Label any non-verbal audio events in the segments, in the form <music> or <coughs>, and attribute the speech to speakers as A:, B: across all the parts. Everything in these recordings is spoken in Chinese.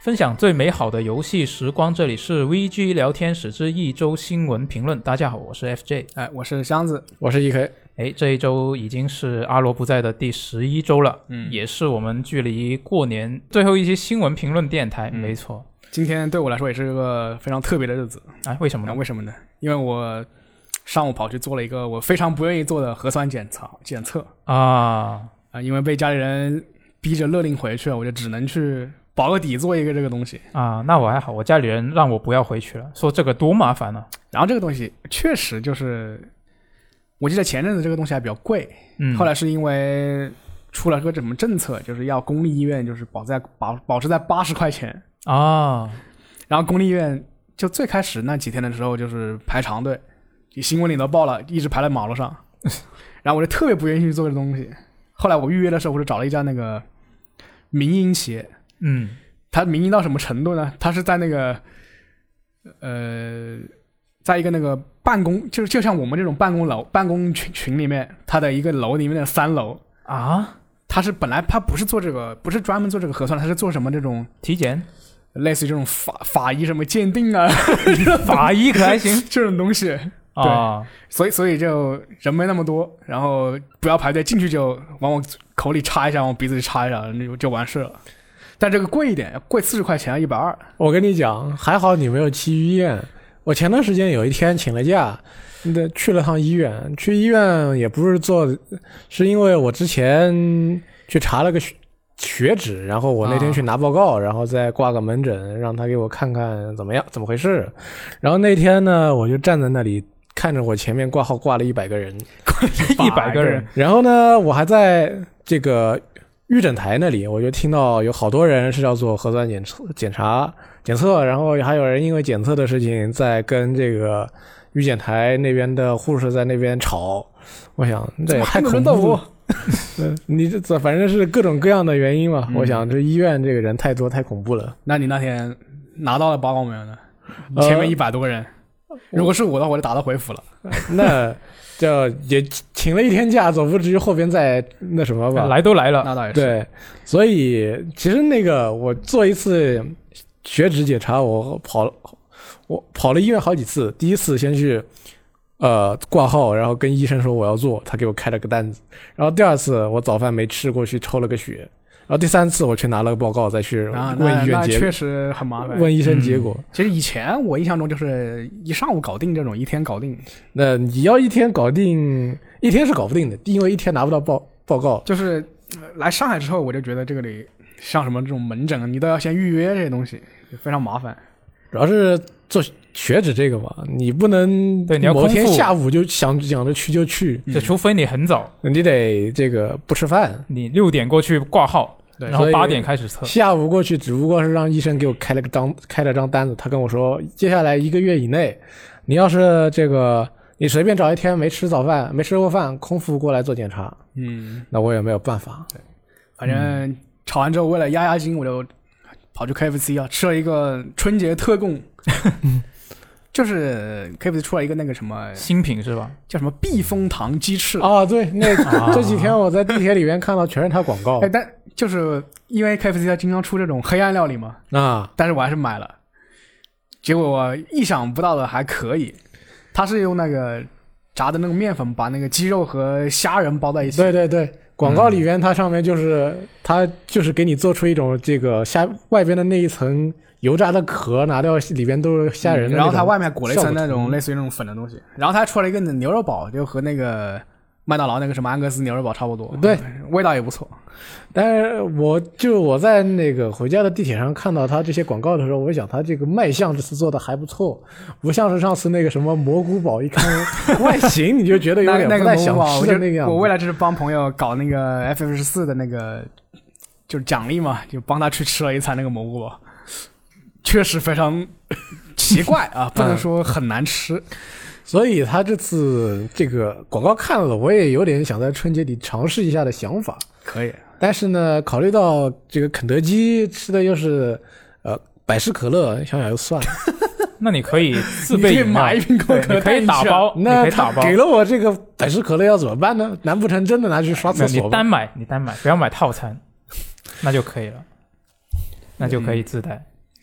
A: 分享最美好的游戏时光，这里是 VG 聊天室之一周新闻评论。大家好，我是 FJ。
B: 哎，我是箱子，
C: 我是 E EK，
A: 哎，这一周已经是阿罗不在的第十一周了，
C: 嗯
A: 也是我们距离过年最后一期新闻评论电台，
C: 嗯
A: 没错。
B: 今天对我来说也是一个非常特别的日子。
A: 哎，为什
C: 嗯
A: 么
B: 那
A: 呢？
B: 为什么呢？因为我上午跑去做了一个我非常不愿意做的核酸检查检测啊、
A: 啊，
B: 因为被家里人逼着勒令回去，我就只能去保个底做一个这个东西。
A: 啊，那我还好，我家里人让我不要回去了，说这个多麻烦啊。
B: 然后这个东西确实就是，我记得前阵子这个东西还比较贵，
A: 嗯，
B: 后来是因为出了个什么政策，就是要公立医院就是保在保保持在八十块钱，
A: 啊，
B: 然后公立医院就最开始那几天的时候就是排长队，新闻里都报了，一直排在马路上。然后我就特别不愿意去做这东西。后来我预约的时候，我就找了一家那个民营企业，
A: 嗯，
B: 它民营到什么程度呢？它是在那个呃，在一个那个办公，就是就像我们这种办公楼、办公群群里面，它的一个楼里面的三楼，
A: 啊，
B: 它是本来它不是做这个，不是专门做这个核酸的，它是做什么这种
A: 体检，
B: 类似于这种法法医什么鉴定啊 <laughs>
A: 法医可还行
B: 这种东西。
A: 啊。
B: 所以所以就人没那么多，然后不要排队，进去就往我口里插一下，往我鼻子里插一下，就就完事了。但这个贵一点，贵四十块钱，一百二。
C: 我跟你讲，还好你没有去医院。我前段时间有一天请了假，那去了趟医院。去医院也不是做，是因为我之前去查了个血血脂，然后我那天去拿报告，然后再挂个门诊，让他给我看看怎么样，怎么回事。然后那天呢，我就站在那里看着我前面挂号挂了一百个人，
A: 一百个人，
C: 然后呢，我还在这个预诊台那里，我就听到有好多人是要做核酸检测、检查、检测，然后还有人因为检测的事情在跟这个预检台那边的护士在那边吵。我想这也
B: 怎么还
C: 太恐
B: 能轮到
C: 怖
B: 我
C: 了。嗯 <laughs> 你这这反正是各种各样的原因嘛。
A: 嗯
C: 我想这医院这个人太多太恐怖了。
B: 那你那天拿到了报告没有呢？
C: 呃
B: 前面一百多个人，如果是我的话，我就打道回府了。
C: 那就也请了一天假，总不至于后边再那什么吧？
A: 来都来了，
B: 那倒也是。
C: 啊对，所以其实那个我做一次血脂检查，我跑了，我跑了医院好几次。第一次先去呃挂号，然后跟医生说我要做，他给我开了个单子。然后第二次我早饭没吃，过去抽了个血。然后第三次我去拿了个报告，再去
B: 啊，
C: 问
B: 那
C: 医院
B: 那
C: 结
B: 确实嗯很麻烦。
C: 问医生结果。
B: 其实以前我印象中就是一上午搞定这种，一天搞定，
C: 那你要一天搞定，一天是搞不定的，因为一天拿不到报报告。
B: 就是呃来上海之后，我就觉得这个里像什么这种门诊，你都要先预约这些东西，非常麻烦。
C: 主要是做血脂这个嘛，你不能
A: 对你要
C: 某天
A: 空腹
C: 下午就想想着去就去，
A: 就除非你很早，
C: 你得这个不吃饭。
A: 你六点过去挂号，
B: 对
A: 然后
C: 所以
A: 八点开始测，
C: 下午过去，只不过是让医生给我开了个张开了张单子，他跟我说，接下来一个月以内，你要是这个你随便找一天没吃早饭、没吃过饭，空腹过来做检查，
B: 嗯，
C: 那我也没有办法。
A: 嗯
B: 反正炒完之后，为了压压惊，我就跑去 KFC 啊，吃了一个春节特供，就是 KFC 出了一个那个什么
A: 新品是吧？
B: 叫什么避风塘鸡翅，
C: 啊，对，
A: <laughs>
C: 那这几天我在地铁里面看到全是他广告
B: 哎，但就是因为 KFC 它经常出这种黑暗料理嘛，
C: 啊，
B: 但是我还是买了，结果我意想不到的还可以，它是用那个炸的那个面粉把那个鸡肉和虾仁包在一起，
C: 对对对。广告里
B: 嗯
C: 面，它上面就是它就是给你做出一种这个虾外边的那一层油炸的壳，拿掉里边都是虾仁的
B: 嗯
C: 那种。
B: 然后它外面裹了一层那
C: 效果
B: 种类似于那种粉的东西，然后它还出了一个牛肉堡，就和那个麦当劳那个什么安格斯牛肉堡差不多，
C: 对，
B: 味道也不错。
C: 但是我就我在那个回家的地铁上看到他这些广告的时候，我想他这个卖相这次做的还不错，不像是上次那个什么蘑菇堡，
B: <laughs>
C: 一看外形你就觉得有
B: 那
C: 点
B: 那
C: 不
B: 个
C: 太
B: 蘑
C: 想
B: 菇堡，我
C: 吃
B: 就
C: 的那个样子。
B: 我为了就是帮朋友搞那个 F 十四的那个就是奖励嘛，就帮他去吃了一餐那个蘑菇堡，确实非常 <laughs> 奇怪啊，不
C: 嗯
B: 能说很难吃。
C: 所以他这次这个广告看了，我也有点想在春节里尝试一下的想法。
B: 可以，
C: 但是呢，考虑到这个肯德基吃的又是呃百事可乐，想想又算了。
A: 那你可以自
B: 你
A: 备
B: 可以
A: 饮料
B: 买一，瓶可
A: 对
B: 口可乐
A: 你可
B: 带
A: 以
B: 进
A: 打
B: 去啊
A: 包，你可
C: 那
A: 以打
C: 他
A: 包，
C: 给了我这个百事可乐要怎么办呢？难不成真的拿去刷
A: 没
C: 厕
A: 有你
C: 所吗
A: 单？买，你单买，不要买套餐，那就可以了，那就可以自带。
B: 嗯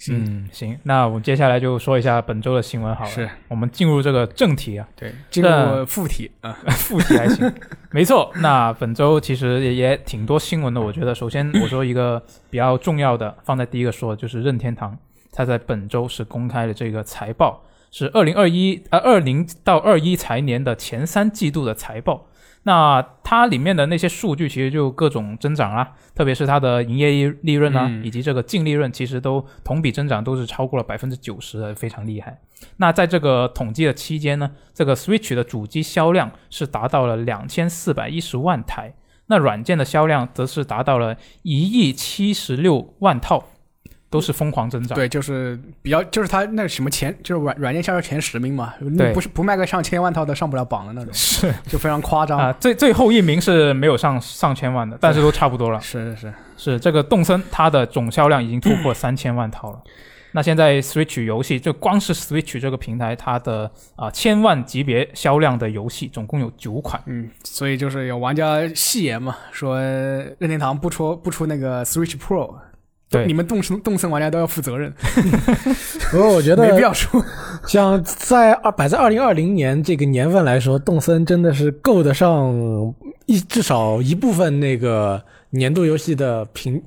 B: 行，
A: 嗯，行，那我们接下来就说一下本周的新闻好了。
B: 是
A: 我们进入这个正题啊，
B: 对，进入附体啊，
A: 副题还
B: <laughs>
A: 行。没错，那本周其实也也挺多新闻的。我觉得，首先我说一个比较重要的，放在第一个说，就是任天堂，它在本周是公开了这个财报，是二零二一呃二零到二一财年的前三季度的财报。那它里面的那些数据其实就各种增长啦、特别是它的营业利润啊，
B: 嗯
A: 以及这个净利润，其实都同比增长都是超过了百分之九十的，非常厉害。那在这个统计的期间呢，这个 Switch 的主机销量是达到了两千四百一十万台，那软件的销量则是达到了一亿七十六万套，都是疯狂增长。
B: 对，就是比较，就是他那什么前，就是软软件销售前十名嘛，
A: 对
B: 不是不卖个上千万套的上不了榜的那种，
A: 是
B: 就非常夸张。
A: 啊、最最后一名是没有上上千万的，但是都差不多了。
B: <laughs> 是是是，
A: 是这个动森，它的总销量已经突破三千万套了。那现在 Switch 游戏，就光是 Switch 这个平台，它的啊、千万级别销量的游戏总共有九款。
B: 嗯，所以就是有玩家戏言嘛，说任天堂不出不出那个 Switch Pro，
A: 对
B: 你们动森动森玩家都要负责任，
C: 不过我觉
B: 没必
C: 得，
A: <laughs>
B: 要出。
C: 像在二摆在二零二零年这个年份来说，动森真的是够得上一至少一部分那个年度游戏的评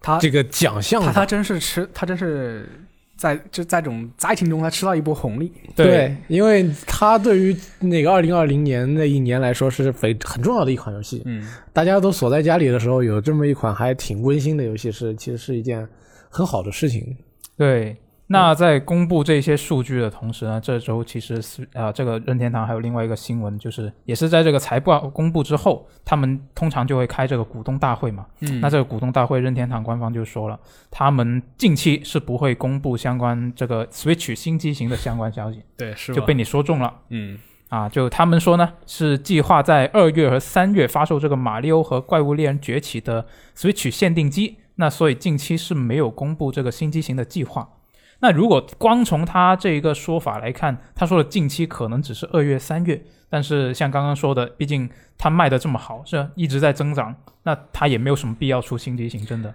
B: 他
C: 这个奖项
B: 他
C: 吧。
B: 他真是吃，他真是在就在这种灾情中，他吃到一波红利。
C: 对，因为它对于那个二零二零年那一年来说是非很重要的一款游戏。
B: 嗯，
C: 大家都锁在家里的时候，有这么一款还挺温馨的游戏是，其实是一件很好的事情。
A: 对，那在公布这些数据的同时呢，这周其实是啊、这个任天堂还有另外一个新闻，就是也是在这个财报公布之后，他们通常就会开这个股东大会嘛。
B: 嗯
A: 那这个股东大会，任天堂官方就说了，他们近期是不会公布相关这个 Switch 新机型的相关消息，
B: 对是
A: 就被你说中了。
B: 嗯
A: 啊，就他们说呢，是计划在二月和三月发售这个《马里奥和怪物猎人崛起》的 Switch 限定机，那所以近期是没有公布这个新机型的计划。那如果光从他这一个说法来看，他说的近期可能只是二月、三月，但是像刚刚说的，毕竟他卖的这么好，是吧一直在增长，那他也没有什么必要出新机型，真的，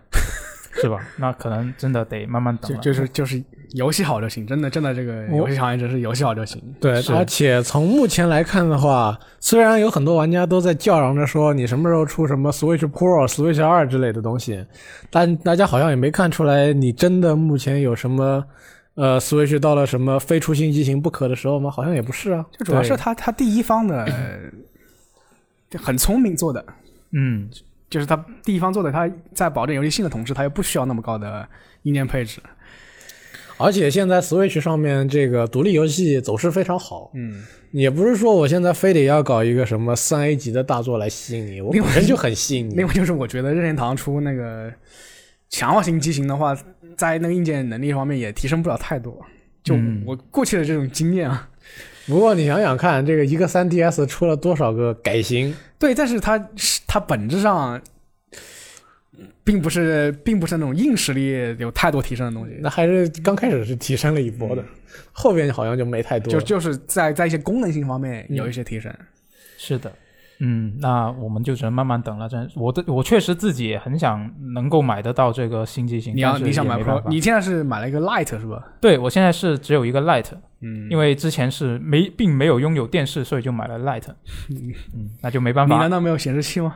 A: 是吧？那可能真的得慢慢等
B: 就
A: 了。
B: 就是就是游戏好就行，真的真的这个
C: 我
B: 游戏行业真是游戏好就行。
C: 对，
A: 是
C: 而且从目前来看的话，虽然有很多玩家都在叫嚷着说你什么时候出什么 Switch Pro、Switch 二之类的东西，但大家好像也没看出来你真的目前有什么。 <laughs> 呃，Switch 到了什么非出新机型不可的时候吗？好像也不是啊。
B: 就主要是
A: 对
B: 他他第一方的就很聪明做的，
A: 嗯，
B: 就是他第一方做的，他在保证游戏性的同时，他又不需要那么高的硬件配置。
C: 而且现在 Switch 上面这个独立游戏走势非常好，
B: 嗯，
C: 也不是说我现在非得要搞一个什么三 A 级的大作来吸引你，我
B: 另
C: 本
B: 外
C: 身就很吸引你
B: 另。外就是我觉得任天堂出那个强化型机型的话，在那个硬件能力方面也提升不了太多。就
A: 嗯
B: 我过去的这种经验啊，
C: 不过你想想看，这个一个 3DS 出了多少个改型？
B: 对，但是它是它本质上并不是并不是那种硬实力有太多提升的东西，
C: 那还是刚开始是提升了一波的，后边好像就没太多
B: 嗯就
C: 了。
B: 就是在在一些功能性方面有一些提升。
A: 是的，嗯，那我们就只能慢慢等了。真，我的我确实自己也很想能够买得到这个新机型，
B: 你要
A: 但是
B: 你想
A: 也
B: 买
A: 没办
B: Pro，
A: 法
B: 你现在是买了一个 Lite 是吧？
A: 对我现在是只有一个 Lite，
B: 嗯
A: 因为之前是没并没有拥有电视，所以就买了 Lite，嗯，
B: <laughs>
A: 那就没办
B: 你
A: 法
B: 难，道没有显示器吗？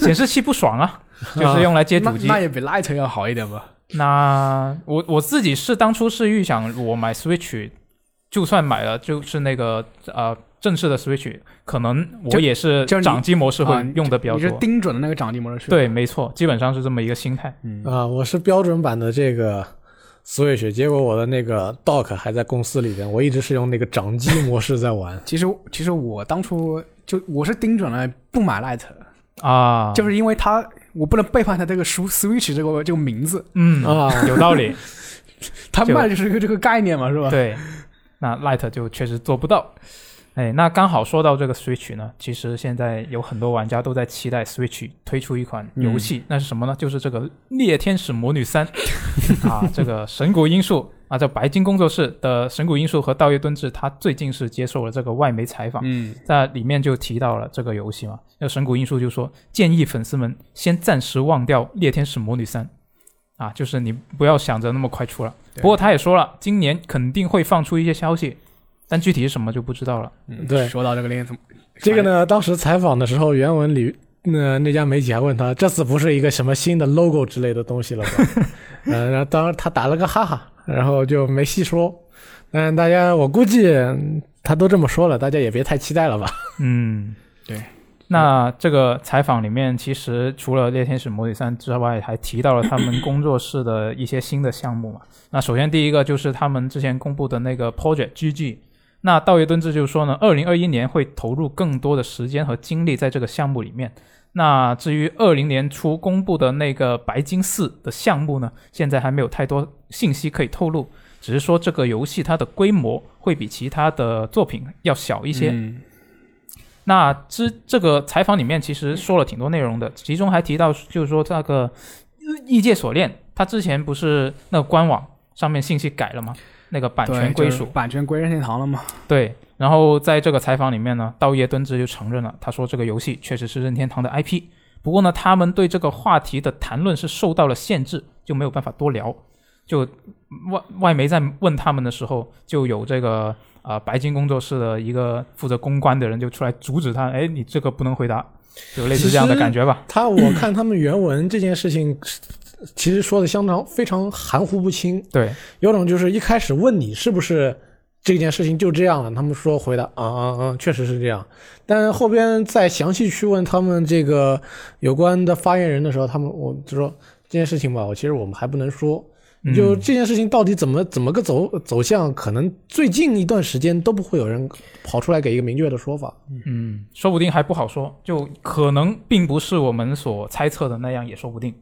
A: 显示器不爽
B: <laughs>
A: 啊，就是用来接主机。
B: 那那也比 Lite 要好一点吧？
A: 那我我自己是当初是预想我买 Switch，就算买了就是那个呃正式的 Switch，可能
B: 就
A: 我也是
B: 就是你
A: 掌机模式会
B: 啊你
A: 用的比较
B: 你是
A: 多。
B: 盯准了那个掌机模式去。
A: 对，，没错，基本上是这么一个心态。
B: 嗯，。
C: 啊、我是标准版的这个 Switch，结果我的那个 Dock 还在公司里边，我一直是用那个掌机模式在玩
B: 其实其实我当初就我是盯准了不买 Lite，
A: 啊，
B: 就是因为它我不能背叛它这个 Sw- Switch 这个这个名字，
A: 嗯
C: 啊
A: 有道
B: <laughs>
A: 理，
B: 它
A: 就
B: 卖的就是一个这个概念嘛，是吧？
A: 对，那 Light 就确实做不到。哎，那刚好说到这个 Switch 呢，其实现在有很多玩家都在期待 Switch 推出一款游戏，
B: 嗯
A: 那是什么呢？就是这个《猎天使魔女
B: <laughs>
A: 三》啊，这个神谷英树啊，这白金工作室的神谷英树和道叶敦志，他最近是接受了这个外媒采访，
B: 嗯，
A: 在里面就提到了这个游戏嘛。那神谷英树就说，建议粉丝们先暂时忘掉《猎天使魔女三》啊，就是你不要想着那么快出了。
B: 对
A: 不过他也说了，今年肯定会放出一些消息，但具体是什么就不知道了。
B: 嗯
C: 对
B: 说到这个链怎么
C: 这个？呢，当时采访的时候，原文里那、那家媒体还问他，这次不是一个什么新的 logo 之类的东西了吧？嗯，然后当时他打了个哈哈，然后就没细说。但大家我估计他都这么说了，大家也别太期待了吧？
A: 嗯，
B: 对。
A: 那这个采访里面，其实除了《猎天使魔女三》之外，还提到了他们工作室的一些新的项目嘛。那首先第一个就是他们之前公布的那个 Project GG。那道爷敦志就说呢，二零二一年会投入更多的时间和精力在这个项目里面。那至于二零年初公布的那个白金四的项目呢，现在还没有太多信息可以透露，只是说这个游戏它的规模会比其他的作品要小一些。
B: 嗯
A: 那之这个采访里面其实说了挺多内容的，其中还提到就是说那个呃异界锁链，它之前不是那个官网上面信息改了吗？那个版权
B: 对
A: 归
B: 就
A: 属
B: 是版权归任天堂了嘛？
A: 对。然后在这个采访里面呢，道爷敦志就承认了，他说这个游戏确实是任天堂的 IP，不过呢，他们对这个话题的谈论是受到了限制，就没有办法多聊。就外外媒在问他们的时候，就有这个啊、白金工作室的一个负责公关的人就出来阻止他，哎，你这个不能回答，就类似这样的感觉吧。
C: 他我看他们原文这件事情，其实说的相当非常含糊不清，
A: 对，
C: 有种就是一开始问你是不是这件事情就这样了，他们说回答啊啊啊，确实是这样。但后边再详细去问他们这个有关的发言人的时候，他们我就说这件事情吧，我其实我们还不能说。
A: 嗯
C: 就这件事情到底怎么怎么个走走向，可能最近一段时间都不会有人跑出来给一个明确的说法。
A: 嗯，说不定还不好说，就可能并不是我们所猜测的那样，也说不定。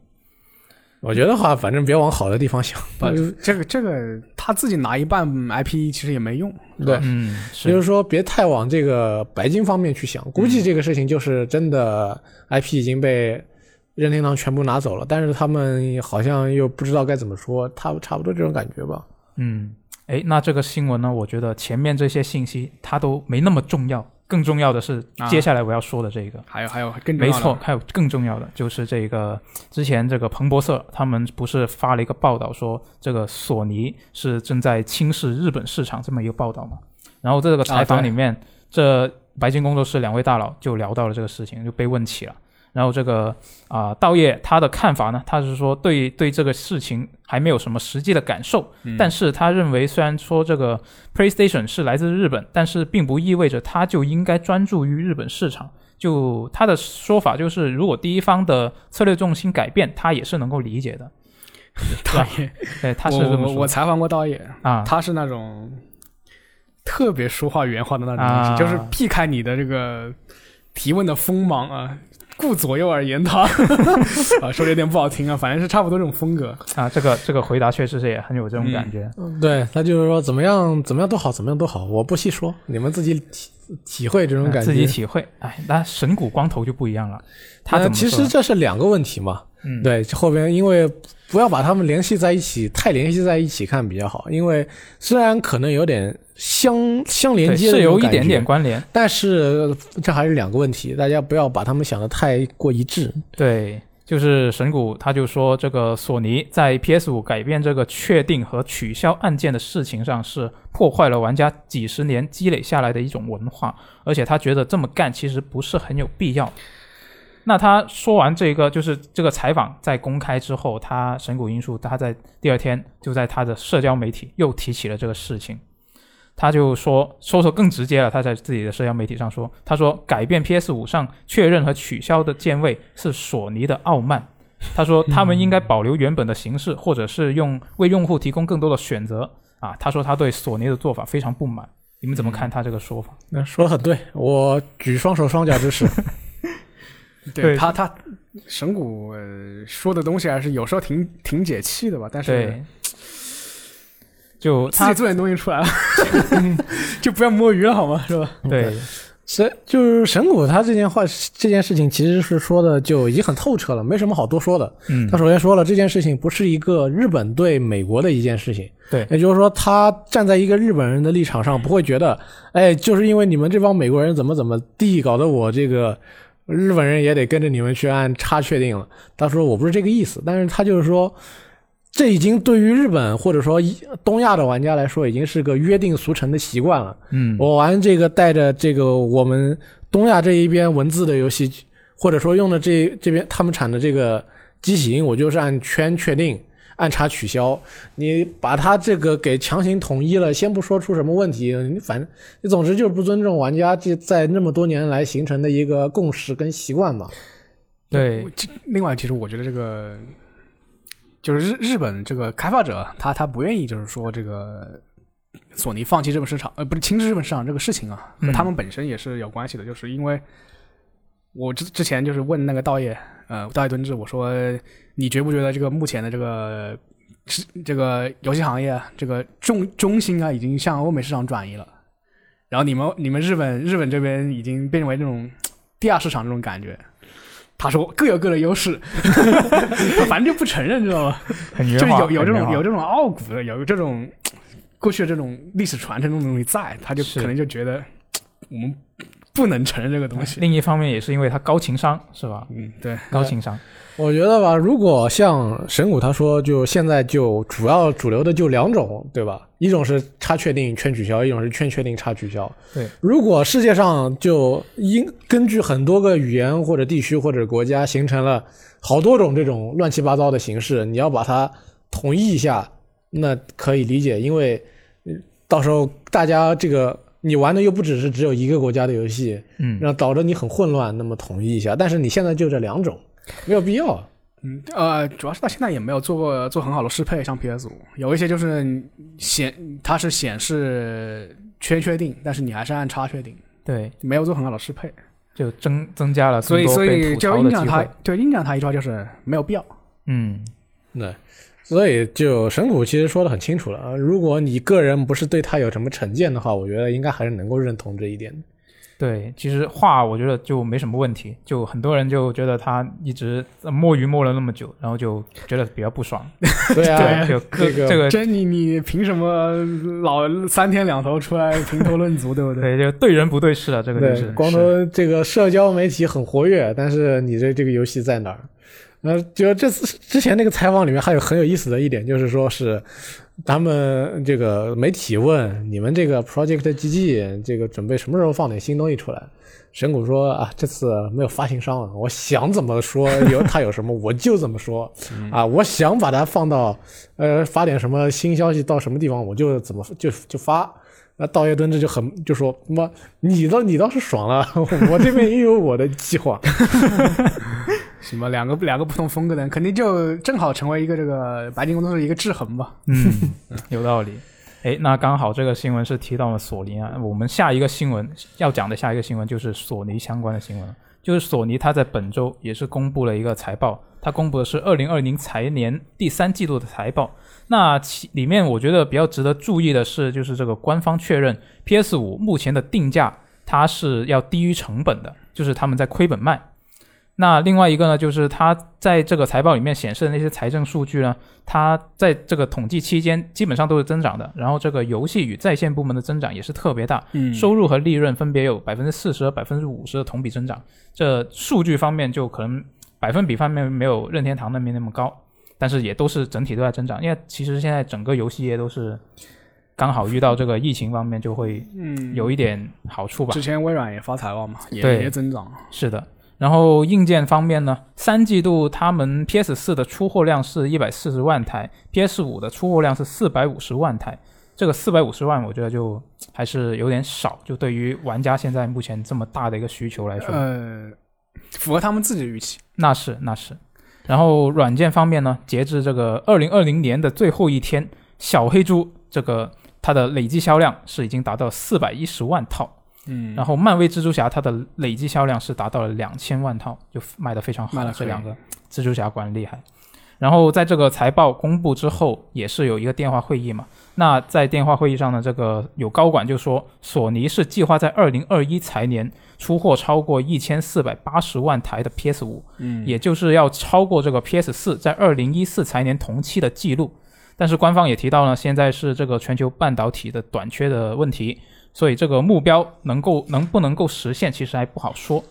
C: 我觉得话，反正别往好的地方想。
B: 不，这个这个他自己拿一半 IP 其实也没用。
C: 对，
A: 嗯，，
C: 就是是说别太往这个白金方面去想，估计这个事情就是真
A: 嗯
C: 的 IP 已经被任天堂全部拿走了，但是他们好像又不知道该怎么说，差差不多这种感觉吧。
A: 嗯，哎，那这个新闻呢？我觉得前面这些信息它都没那么重要，更重要的是
B: 啊
A: 接下来我要说的这个。
B: 还有还有更重
A: 没
B: 要的 <laughs>
A: 错，，还有更重要的就是这个之前这个彭博社他们不是发了一个报道说这个索尼是正在轻视日本市场这么一个报道嘛？然后这个采访里
B: 啊
A: 面，这白金工作室两位大佬就聊到了这个事情，就被问起了。然后这个啊、道业他的看法呢，他是说对对这个事情还没有什么实际的感受，
B: 嗯
A: 但是他认为，虽然说这个 PlayStation 是来自日本，但是并不意味着它就应该专注于日本市场。就他的说法就是，如果第一方的策略重心改变，他也是能够理解的。
B: 道爷，
A: 对，他是
B: 我
A: 这么
B: 我我
A: 说的
B: 采访过道爷，
A: 啊。
B: 他是那种特别说话原话的那种
A: 啊
B: 东西，就是避开你的这个提问的锋芒啊，顾左右而言他 <laughs> 啊，说的有点不好听啊，反正是差不多这种风格。
A: 啊，这个这个回答确实是也很有这种感觉。
C: 嗯，对他就是说怎么样怎么样都好，怎么样都好，我不细说，你们自己体体会这种
A: 嗯
C: 感觉。
A: 自己体会，哎，那神谷光头就不一样了，他
C: 呃
A: 怎么
C: 其
A: 说
C: 实
A: 呢？
C: 这是两个问题嘛。
A: 嗯，
C: 对，后边因为不要把它们联系在一起，太联系在一起看比较好，因为虽然可能有点相相连
A: 对，
C: 接的
A: 是
C: 那种
A: 有一
C: 感
A: 点
C: 觉
A: 点关联。
C: 但是呃这还是两个问题，大家不要把他们想的太过一致。
A: 对，就是神谷他就说，这个索尼在 PS 五改变这个确定和取消按键的事情上，是破坏了玩家几十年积累下来的一种文化，而且他觉得这么干其实不是很有必要。那他说完这个，就是这个采访在公开之后，他神谷英树他在第二天就在他的社交媒体又提起了这个事情。他就说说说更直接了，他在自己的社交媒体上说，他说改变 PS 五上确认和取消的键位是索尼的傲慢。他说他们应该保留原本的形式，或者是用为用户提供更多的选择啊。他说他对索尼的做法非常不满，你们怎么看
B: 嗯
A: 他这个说法？
C: 那说的很对，我举双手双脚支 <laughs> 持。
A: 对
B: 他他神谷、呃、说的东西还是有时候挺挺解气的吧，但是
A: 对，就
B: 自
A: 他
B: 己做点东西出来了， <laughs> 就不要摸鱼了好吗？是吧？
C: 嗯
A: 对，
C: 神就是神谷他这件话这件事情其实是说的就已经很透彻了，没什么好多说的。
A: 嗯
C: 他，首先说了这件事情不是一个日本对美国的一件事情，
A: 对
C: 也就是说他站在一个日本人的立场上，不会觉得，哎，就是因为你们这帮美国人怎么怎么地，搞得我这个日本人也得跟着你们去按叉确定了。他说我不是这个意思，但是他就是说，这已经对于日本或者说一东亚的玩家来说，已经是个约定俗成的习惯了。
A: 嗯，
C: 我玩这个带着这个我们东亚这一边文字的游戏，或者说用的这这边他们产的这个机型，我就是按圈确定，按叉取消。你把它这个给强行统一了，先不说出什么问题，你反正你总之就是不尊重玩家这在那么多年来形成的一个共识跟习惯嘛。
A: 对
B: 我，这另外，其实我觉得这个就是日日本这个开发者，他他不愿意就是说这个索尼放弃日本市场，呃，不是侵蚀日本市场这个事情啊，和
A: 嗯
B: 他们本身也是有关系的，就是因为我之之前就是问那个道爷，呃，道爷敦志，我说你觉不觉得这个目前的这个是这个游戏行业啊这个重中心啊，已经向欧美市场转移了？然后你们你们日本日本这边已经变为那种第二市场这种感觉。他说各有各的优势， <laughs> 他反正就不承认，知道吗？
A: 嗯很
B: 就
A: 圆
B: 是
A: 滑，
B: 有有这
A: 很圆
B: 种
A: 滑
B: 有这种傲骨的，有这种过去的这种历史传承这种东西在，他就是可能就觉得嗯我们不能承认这个东西。
A: 另一方面也是因为他高情商是吧？
B: 嗯，对，
A: 高情商，
C: 我觉得吧，如果像神谷他说，就现在就主要主流的就两种，对吧？一种是叉确定圈取消，一种是圈确定叉取消。
A: 对，
C: 如果世界上就因根据很多个语言或者地区或者国家形成了好多种这种乱七八糟的形式，你要把它统一一下，那可以理解，因为呃到时候大家这个你玩的又不只是只有一个国家的游戏，
A: 嗯，
C: 让导致你很混乱，那么统一一下。但是你现在就这两种，没有必要。
B: 嗯，呃，主要是到现在也没有做过做很好的适配，像 PS 五有一些就是显它是显示缺确定，但是你还是按叉确定，
A: 对，
B: 没有做很好的适配，
A: 就增增加了
B: 所
A: 更
B: 以
A: 多
B: 所
A: 被
B: 以
A: 吐
B: 就
A: 槽
B: 印
A: 的
B: 象
A: 机
B: 它
A: 会。
B: 对印象它一句话就是没有必要。
A: 嗯，
C: 对，所以就神谷其实说的很清楚了啊。如果你个人不是对他有什么成见的话，我觉得应该还是能够认同这一点的。
A: 对，其实话我觉得就没什么问题，就很多人就觉得他一直呃摸鱼摸了那么久，然后就觉得比较不爽。
C: 对啊，
A: 就各
C: 这个
A: 这个
B: 真你你凭什么老三天两头出来评头论足，对不对？
A: 对，就对人不对事了，这个就
C: 对，
A: 是
C: 光头这个社交媒体很活跃，但是你这这个游戏在哪儿？那就这次之前那个采访里面还有很有意思的一点，就是说是他们这个媒体问你们这个 Project GG 这个准备什么时候放点新东西出来？神谷说啊，这次没有发行商了，我想怎么说有它有什么我就怎么
A: <laughs>
C: 说
A: 嗯
C: 啊，我想把它放到呃发点什么新消息到什么地方我就怎么就就发。那道爷敦志就很就说妈，你倒你倒是爽了， <laughs> 我这边也有我的计划。
B: 什么两个两个不同风格的人，肯定就正好成为一个这个白金工作室一个制衡吧。
A: 嗯，有道理。哎，那刚好这个新闻是提到了索尼啊，我们下一个新闻要讲的下一个新闻就是索尼相关的新闻了，就是索尼它在本周也是公布了一个财报，它公布的是二零二零财年第三季度的财报。那其里面我觉得比较值得注意的是，就是这个官方确认 PS 五目前的定价它是要低于成本的，就是他们在亏本卖。那另外一个呢，就是它在这个财报里面显示的那些财政数据呢，它在这个统计期间基本上都是增长的，然后这个游戏与在线部门的增长也是特别大，
B: 嗯
A: 收入和利润分别有百分之四十和百分之五十的同比增长。这数据方面就可能百分比方面没有任天堂那边那么高，但是也都是整体都在增长。因为其实现在整个游戏业都是刚好遇到这个疫情方面就会
B: 嗯
A: 有一点好处吧
B: 之。前微软也发财报嘛，也
A: 对
B: 也增长。
A: 是的。然后硬件方面呢，三季度他们 PS 四的出货量是一百四十万台，PS 五的出货量是四百五十万台。这个四百五十万，我觉得就还是有点少，就对于玩家现在目前这么大的一个需求来说，
B: 呃，符合他们自己的预期。
A: 那是那是。然后软件方面呢，截至这个二零二零年的最后一天，小黑猪这个它的累计销量是已经达到四百一十万套，
B: 嗯
A: 然后漫威蜘蛛侠它的累计销量是达到了两千万套，就卖得非常好
B: 卖得。
A: 这
B: 可以
A: 两个蜘蛛侠果然厉害。然后在这个财报公布之后，也是有一个电话会议嘛。那在电话会议上呢，这个有高管就说，索尼是计划在二零二一财年出货超过一千四百八十万台的 PS 五，
B: 嗯
A: 也就是要超过这个 PS 四在二零一四财年同期的记录。但是官方也提到呢，现在是这个全球半导体的短缺的问题，所以这个目标能够能不能够实现，其实还不好说。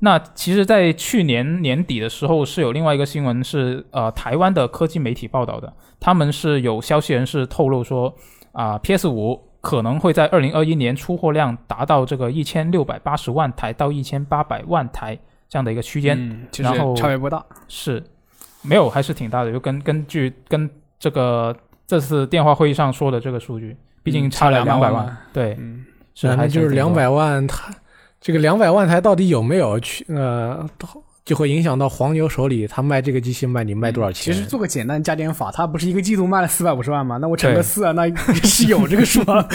A: 那其实，在去年年底的时候，是有另外一个新闻是，呃，台湾的科技媒体报道的，他们是有消息人士透露说，啊、p s 五可能会在二零二一年出货量达到这个一千六百八十万台到一千八百万台这样的一个区间，
B: 嗯，其实
A: 然后
B: 差别不大。
A: 是没有还是挺大的，就跟根据跟这个这次电话会议上说的这个数据，毕竟
B: 嗯
A: 差了
B: 差
A: 两
B: 200
A: 百
B: 万
A: 万，对，
B: 嗯，
A: 是
C: 那
A: 还
C: <laughs> 就是
A: 挺
C: 两
A: 多
C: 百万台，这个两百万台到底有没有去呃，到就会影响到黄牛手里，他卖这个机器卖你卖多少钱？
B: 其实做个简单加减法，它不是一个季度卖了四百五十万吗？那我乘
A: 对
B: 个四啊，那是有这个数啊。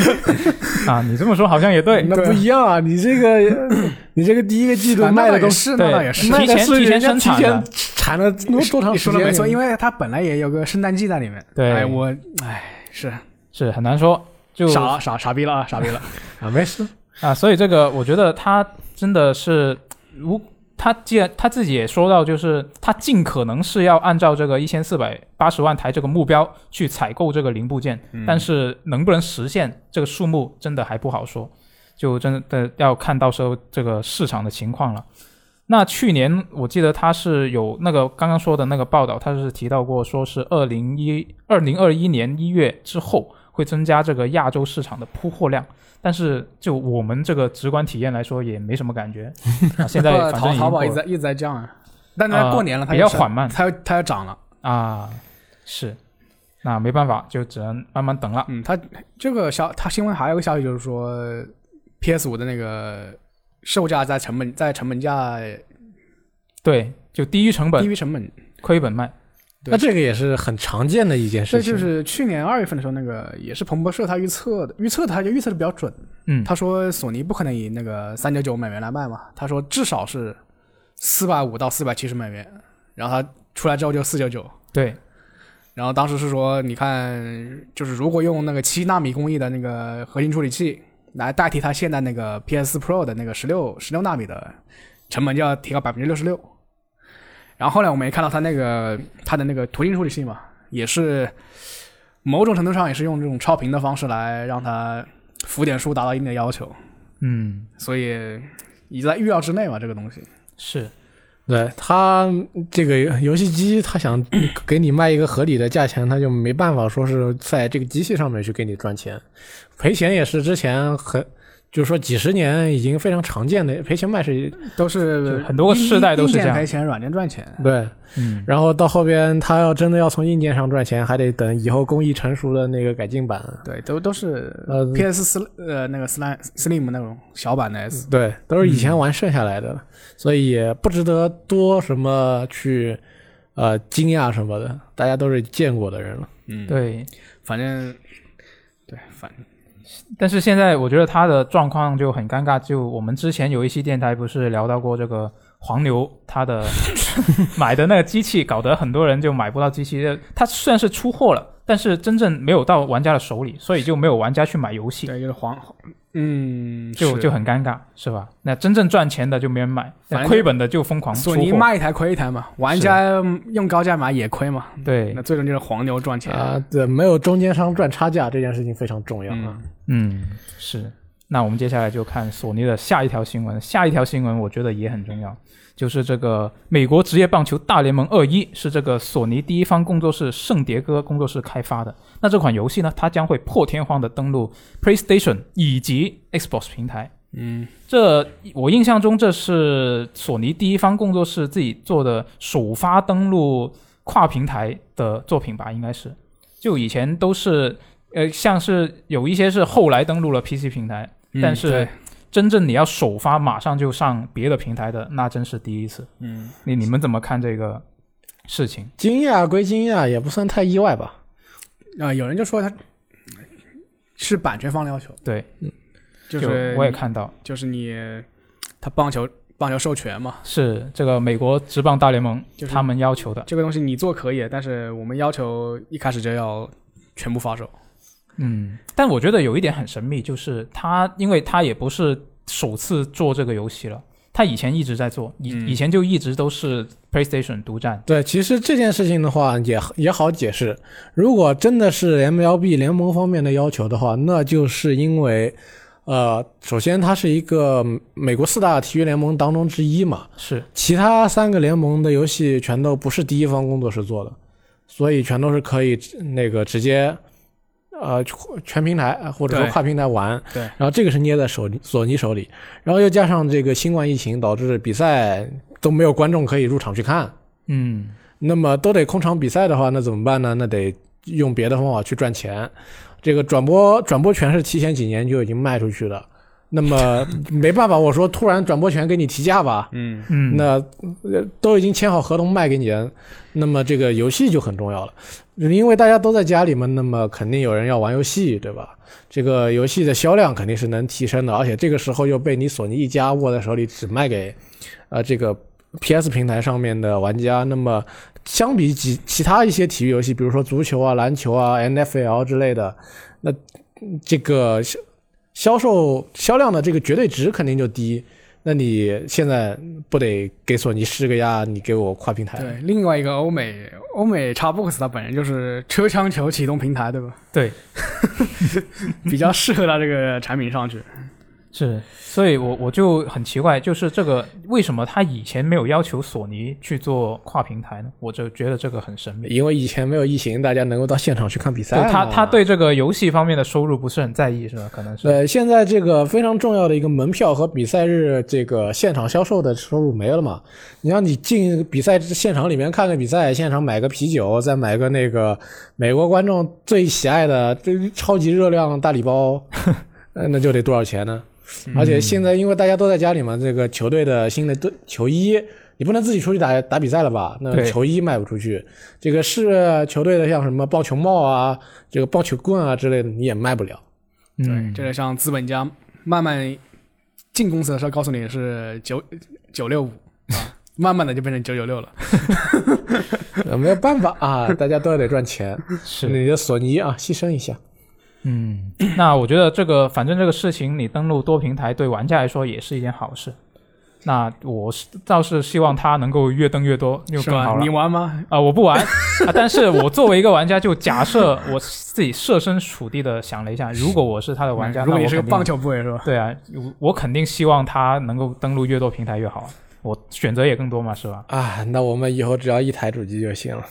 A: 啊，你这么说好像也对，
C: 那
B: 对
C: 不一样啊！你这
B: <coughs>
C: 个你这个第一个季度
B: 啊那
C: 卖
B: 倒
C: 的
B: 也
C: 东西，
B: <laughs> 是，那倒也是。
A: 提
C: 卖的
A: 前
C: 是
A: 提前
C: 人家
A: 生
C: 提
A: 产
C: 前
A: 的
C: 产了多多长
B: 你
C: 时
B: 说
C: 间
B: 的
C: 了？
B: 没错，因为它本来也有个圣诞季在里面。
A: 对
B: 哎，我哎是
A: 是很难说，就
B: 傻了傻傻逼 <laughs> 了啊，傻逼了。
C: 啊，没事，
A: 啊，所以这个我觉得他真的是，如他既然他自己也说到，就是他尽可能是要按照这个一千四百八十万台这个目标去采购这个零部件，
B: 嗯
A: 但是能不能实现这个数目真的还不好说，就真的要看到时候这个市场的情况了。那去年我记得他是有那个刚刚说的那个报道，他是提到过，说是二零一二零二一年一月之后会增加这个亚洲市场的铺货量，但是就我们这个直观体验来说也没什么感
B: <laughs>
A: 觉。啊、现在反正
B: 淘
A: 已经
B: 淘宝
A: 过
B: 一
A: 了
B: 直在一直在降啊，但是
A: 呃
B: 过年了，它
A: 比
B: 又
A: 较
B: 上
A: 缓慢
B: 它又它又涨了。
A: 啊，是，那没办法，就只能慢慢等了。
B: 嗯，它这个消，它新闻还有个消息就是说，PS 五的那个售价在成本在成本价
A: 对，就低于成
B: 低
A: 本
B: 于成本。
A: 亏本卖。
B: 对
C: 那这个也是很常见的一件
B: 这
C: 事情。
B: 就是去年二月份的时候，那个也是彭博社他预测的，预测的他就预测的比较准。
A: 嗯，
B: 他说索尼不可能以那个三九九美元来卖嘛，他说至少是四百五到四百七十美元，然后他出来之后就四九九。
A: 对，
B: 然后当时是说，你看，就是如果用那个七纳米工艺的那个核心处理器来代替它现在那个 PS Pro 的那个十六十六纳米的，成本就要提高百分之六十六。然后后来我们也看到它那个它的那个途径处理器嘛，也是某种程度上也是用这种超频的方式来让它浮点数达到一定的要求，
A: 嗯，
B: 所以也在预料之内嘛，这个东西。
A: 是
C: 对他这个游戏机，他想给你卖一个合理的价钱，他就没办法说是在这个机器上面去给你赚钱，赔钱也是之前很。就是说，几十年已经非常常见的赔钱卖是
B: 都是
A: 就很多世代都是这样
B: 硬件赔钱，软件赚钱。
C: 对，
A: 嗯，
C: 然后到后边他要真的要从硬件上赚钱，还得等以后工艺成熟的那个改进版，
B: 对，都都是
C: 呃
B: PS 四呃那个 Slim Slim 那种小版的
A: 嗯
B: S，
C: 对，都是以前玩剩下来的，所以也不值得多什么去呃惊讶什么的，大家都是见过的人了。
B: 嗯，，
A: 对。
B: 反正对，反
A: 但是现在我觉得他的状况就很尴尬，就我们之前有一期电台不是聊到过这个黄牛，他的 <laughs> 买的那个机器搞得很多人就买不到机器，他虽然是出货了，但是真正没有到玩家的手里，所以就没有玩家去买游戏，
B: 对就是黄，嗯，
A: 就是就很尴尬，是吧？那真正赚钱的就没人买，
B: 反正
A: 亏本的就疯狂出
B: 索尼
A: 货，
B: 卖一台亏一台嘛，玩家用高价买也亏嘛，
A: 对
B: 那，最终就是黄牛赚钱。
C: 啊、对，没有中间商赚差价这件事情非常重要啊
B: 嗯。，
A: 嗯，是。那我们接下来就看索尼的下一条新闻。下一条新闻我觉得也很重要，就是这个美国职业棒球大联盟二一是这个索尼第一方工作室圣迭戈工作室开发的。那这款游戏呢，它将会破天荒的登陆 PlayStation 以及 Xbox 平台。
B: 嗯，
A: 这我印象中，这是索尼第一方工作室自己做的首发登陆跨平台的作品吧？应该是，就以前都是，呃，像是有一些是后来登陆了 PC 平台，
B: 嗯
A: 但是
B: 对
A: 真正你要首发马上就上别的平台的，那真是第一次。
B: 嗯，
A: 你你们怎么看这个事情？
C: 惊讶归惊讶，也不算太意外吧。
B: 啊，有人就说他是版权方的要求，
A: 对，嗯
B: 就
A: 就是我也看到
B: 就是你他棒球棒球授权嘛，
A: 是这个美国职棒大联盟、
B: 就是
A: 他们要求的，
B: 这个东西你做可以，但是我们要求一开始就要全部发售。
A: 嗯，但我觉得有一点很神秘，就是他，因为他也不是首次做这个游戏了，他以前一直在做，以、
B: 嗯
A: 以前就一直都是 PlayStation 独占。
C: 对，其实这件事情的话也也好解释。如果真的是 MLB 联盟方面的要求的话，那就是因为，呃，首先它是一个美国四大体育联盟当中之一嘛，
A: 是
C: 其他三个联盟的游戏全都不是第一方工作室做的，所以全都是可以那个直接，呃，全平台呃或者说
B: 对
C: 跨平台玩。
B: 对
C: 然后这个是捏在手里索尼手里，然后又加上这个新冠疫情导致比赛都没有观众可以入场去看，
A: 嗯，
C: 那么都得空场比赛的话，那怎么办呢？那得用别的方法去赚钱。这个转播转播权是提前几年就已经卖出去的，那么没办法，我说突然转播权给你提价吧，
B: 嗯，
A: 嗯，
C: 那呃都已经签好合同卖给你了，那么这个游戏就很重要了，因为大家都在家里嘛，那么肯定有人要玩游戏，对吧？这个游戏的销量肯定是能提升的，而且这个时候又被你索尼一家握在手里，只卖给呃这个 PS 平台上面的玩家，那么相比其其他一些体育游戏，比如说足球啊、篮球啊、NFL 之类的，那嗯这个销销售销量的这个绝对值肯定就低。那你现在不得给索尼施个压，你给我跨平
A: 哎
C: 台？
B: 对。另外一个欧美欧美 Xbox 它本人就是车枪球启动平
A: <laughs>
B: 台，对吧？
A: 对，
B: 比较适合它这个产品上去。
A: 是，所以我我就很奇怪，就是这个为什么他以前没有要求索尼去做跨平台呢？我就觉得这个很神秘。
C: 因为以前没有疫情，大家能够到现场去看比
A: 就
C: 赛嘛。
A: 他他对这个游戏方面的收入不是很在意，是吧？可能是。
C: 对现在这个非常重要的一个门票和比赛日这个现场销售的收入没了嘛？你让你进比赛现场里面看个比赛，现场买个啤酒，再买个那个美国观众最喜爱的这超级热量大礼包，呃那就得多少钱呢？而且现在因为大家都在家里嘛，这个球队的新的队球衣，你不能自己出去打打比赛了吧？那
A: 对
C: 球衣卖不出去，这个是球队的像什么棒球帽啊、这个棒球棍啊之类的，你也卖不了。
A: 嗯，
B: 这个像资本家慢慢进公司的时候告诉你是九九
A: <laughs>
B: 六五啊，慢慢的就变成九九六了。
C: 呃，没有办法 <laughs> 啊，大家都得赚钱。
A: 是，
C: 你的索尼啊，牺牲一下。
A: 嗯，那我觉得这个，反正这个事情，你登录多平台对玩家来说也是一件好事。那我是倒是希望他能够越登越多，就是更好
B: 吧？
A: 了
B: 你。玩吗？
A: 啊、我不玩啊，但是我作为一个玩家，就假设我自己设身处地的想了一
B: <laughs>
A: 下，如果我是他的玩家，
B: 如果
A: 那
B: 你
A: 我
B: 是个
A: 肯定
B: 棒球 boy 是吧？
A: 对啊，我我肯定希望它能够登录越多平台越好，我选择也更多嘛，是吧？
C: 啊，那我们以后只要一台主机就行了。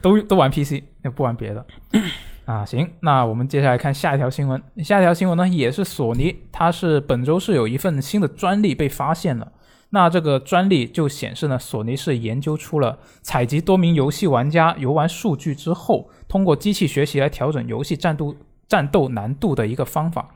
A: 都都玩 PC，也不玩别的。 <clears throat> 啊，行，那我们接下来看下一条新闻。下一条新闻呢，也是索尼，它是本周是有一份新的专利被发现了。那这个专利就显示呢，索尼是研究出了采集多名游戏玩家游玩数据之后，通过机器学习来调整游戏战斗战斗难度的一个方法。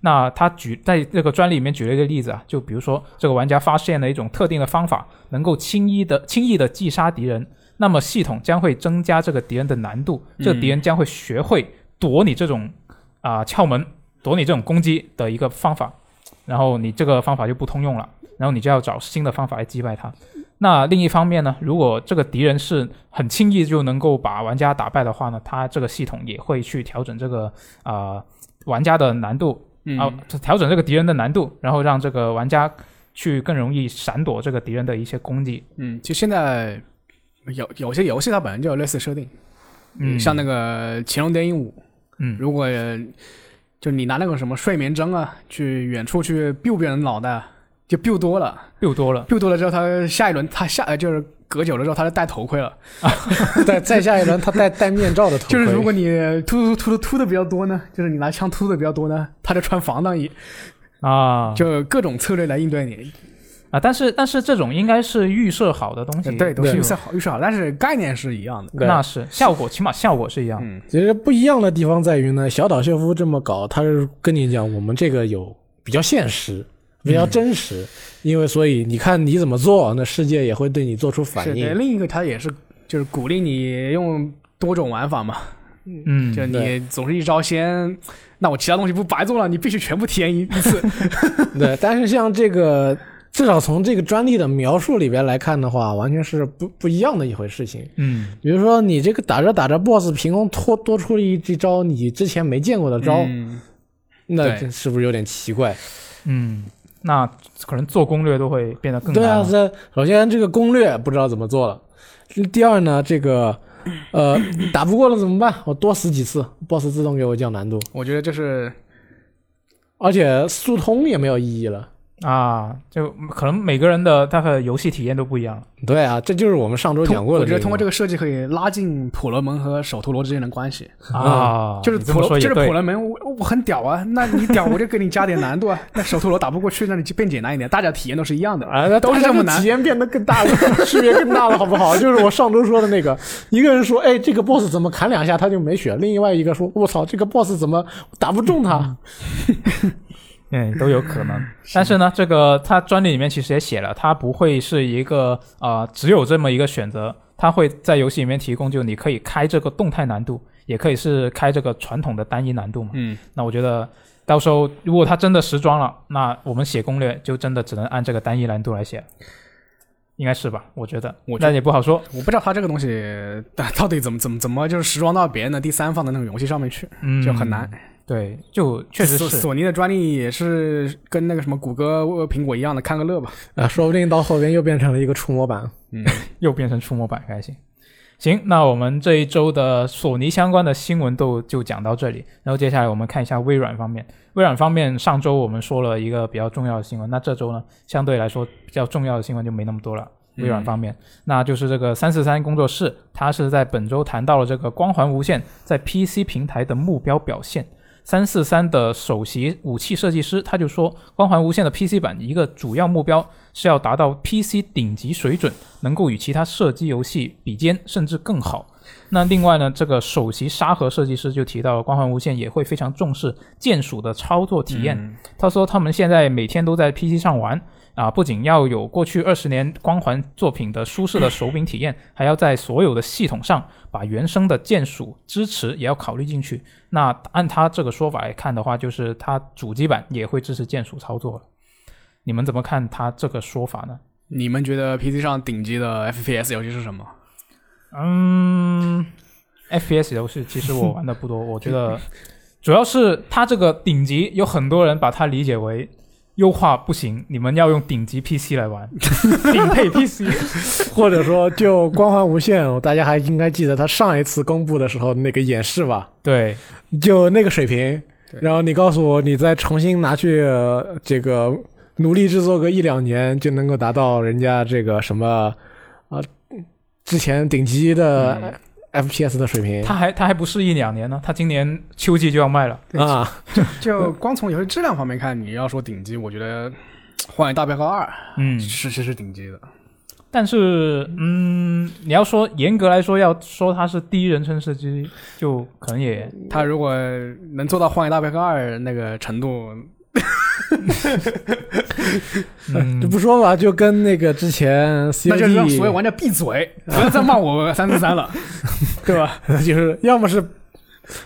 A: 那他举在这个专利里面举了一个例子啊，就比如说这个玩家发现了一种特定的方法，能够轻易的轻易的击杀敌人，那么系统将会增加这个敌人的难度，这个敌人将会学会躲你这种啊、窍门，躲你这种攻击的一个方法，然后你这个方法就不通用了，然后你就要找新的方法来击败他。那另一方面呢，如果这个敌人是很轻易就能够把玩家打败的话呢，他这个系统也会去调整这个啊、玩家的难度
B: 嗯
A: 啊，调整这个敌人的难度，然后让这个玩家去更容易闪躲这个敌人的一些攻击。
B: 嗯，就现在有有些游戏它本身就有类似设定，
A: 嗯，
B: 像那个《潜龙谍影五》，
A: 嗯
B: 如果就你拿那个什么睡眠针啊，去远处去 biu 别人脑袋，就 biu 多了
A: 又多了，
B: ，biu 多了之后，他下一轮他下呃就是隔久了之后，他就戴头盔了。
C: <laughs> 再再下一轮，他戴戴面罩的头盔。
B: 就是如果你突突突突突的比较多呢，就是你拿枪突的比较多呢，他就穿防弹衣，
A: 啊，
B: 就各种策略来应对你。
A: 啊，但是但是这种应该是预设好的东西，
B: 对，都
A: 嗯
B: 是
A: 对
B: 预设好预设好，但是概念是一样的。
C: 对
A: 那是效果，起码效果是一样。
B: 嗯，
C: 其实不一样的地方在于呢，小岛秀夫这么搞，他是跟你讲我们这个有比较现实。比较真实，因为所以你看你怎么做，那世界也会对你做出反
B: 是对。
C: 应。
B: 另一个他也是就是鼓励你用多种玩法嘛，
A: 嗯，
B: 就你
C: 对
B: 总是一招鲜，那我其他东西不白做了，你必须全部体验一一次。
A: 嗯
B: <laughs>
C: <laughs> 对，但是像这个，至少从这个专利的描述里边来看的话，完全是不不一样的一回事情。
A: 嗯
C: 比如说你这个打着打着 BOSS 凭空多多出了一一招你之前没见过的招，
B: 嗯
C: 那
B: 对
C: 这是不是有点奇怪？
A: 嗯，那可能做攻略都会变得更
C: 对
A: 难
C: 啊
A: 了。，
C: 这首先这个攻略不知道怎么做了，第二呢，这个呃
B: <coughs>
C: 打不过了怎么办？我多死几次，BOSS 自动给我降难度。
B: 我觉得就是
C: 而且速通也没有意义了。
A: 啊，就可能每个人的大概游戏体验都不一样了。
C: 对啊，这就是我们上周
B: 通
C: 讲过
B: 我
C: 的个嘛。
B: 觉得通过这个设计可以拉近普罗门和首陀罗之间的关系，
A: 啊，
B: 就是
A: 你这
B: 普
A: 么说
B: 罗就
A: 也
B: 是
A: 对
B: 普罗门，我我很屌啊，那你屌我就给你加点难度啊，那首陀罗打不过去，那你就变简单一点，大家体验都是一样的，
C: 啊，那
B: 都是这么难
C: 体验变得更大了，区别更大了，好
B: <laughs>
C: 不好？就是我上周说的那个，一个人说，哎，这个 boss 怎么砍两下他就没血，另外一个说，我操，这个 boss 怎么打不中他？
A: 嗯，都有
B: <laughs>
A: 可能。但是呢，这个它专利里面其实也写了，它不会是一个啊、呃只有这么一个选择，它会在游戏里面提供，就你可以开这个动态难度，也可以是开这个传统的单一难度嘛。
B: 嗯，
A: 那我觉得到时候如果它真的时装了，那我们写攻略就真的只能按这个单一难度来写，应该是吧？我觉得，
B: 我觉得
A: 但也不好说。
B: 我不知道他这个东西到到底怎么怎么怎么就是时装到别人的第三方的那种游戏上面去，
A: 嗯，
B: 就很难。。
A: 对，就确实
B: 索
A: 是。
B: 索尼的专利也是跟那个什么谷歌、呃苹果一样的，看个乐吧。
C: 啊，说不定到后边又变成了一个触摸板。
B: 嗯，
A: 又变成触摸板，开心。行，那我们这一周的索尼相关的新闻都就讲到这里，然后接下来我们看一下微软方面。微软方面，上周我们说了一个比较重要的新闻，那这周呢，相对来说比较重要的新闻就没那么多了。微软方面，那就是这个三四三工作室，它是在本周谈到了这个《光环无限》在 PC 平台的目标表现。三四三的首席武器设计师他就说，《光环无限》的 PC 版一个主要目标是要达到 PC 顶级水准，能够与其他射击游戏比肩，甚至更好。那另外呢，这个首席沙盒设计师就提到了，《光环无限》也会非常重视键鼠的操作体验。
B: 嗯
A: 他说他们现在每天都在 PC 上玩啊，不仅要有过去二十年光环作品的舒适的手柄体验，还要在所有的系统上把原生的键鼠支持也要考虑进去。那按他这个说法来看的话，就是他主机版也会支持键鼠操作了。你们怎么看他这个说法呢？
B: 你们觉得 PC 上顶级的 FPS 游戏是什么？
A: <laughs> 嗯，FPS 游戏其实我玩的不多，我觉得主要是它这个顶级，有很多人把它理解为优化不行，你们要用顶级 PC 来玩，顶配 PC。
C: 或者说，就《光环无限》，大家还应该记得它上一次公布的时候那个演示吧，
A: 对，
C: 就那个水平。
B: 对
C: 然后你告诉我，你再重新拿去、呃这个努力制作个一两年，就能够达到人家这个什么啊、呃之前顶级
B: 嗯
C: 的 FPS 的水平
A: 它还它还不是一两年呢，它今年秋季就要卖了。
C: 啊？
B: 就光从游戏质量方面看，你要说顶级，我觉得《荒野大镖客二》
A: 嗯，
B: 是是是顶级的。
A: 但是嗯，你要说严格来说，要说它是第一人称射击，就可能也
B: 他如果能做到《荒野大镖客二》那个程度，
A: 嗯
C: <laughs> 就不说吧，就跟那个之前 COD，
B: 那就是让所有玩家闭嘴，不要再骂我三四三了，对吧？
C: <laughs> 就是要么是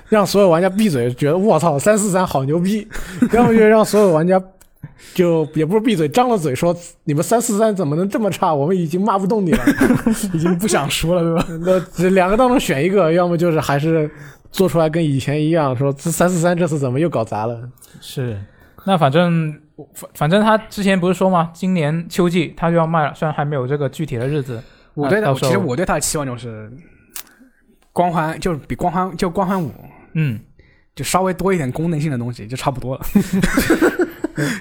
C: 让所有玩家闭嘴，觉得我操三四三好牛逼；要么就让所有玩家就也不是闭嘴，张了嘴说你们三四三怎么能这么差？我们已经骂不动你了。 <laughs>
B: 已经不想说了，对吧？
C: 那这两个当中选一个，要么就是还是做出来跟以前一样，说这三四三这次怎么又搞砸了？ <laughs>
A: 是，那反正反反正他之前不是说吗？今年秋季他就要卖了，虽然还没有这个具体的日子。
B: <laughs> 我对
A: 那
B: 他，
A: 到时
B: 其
A: 候
B: 实我对他的期望就是，光环就是比光环就光环五
A: 嗯，
B: 就稍微多一点功能性的东西就差不 <laughs> 多了，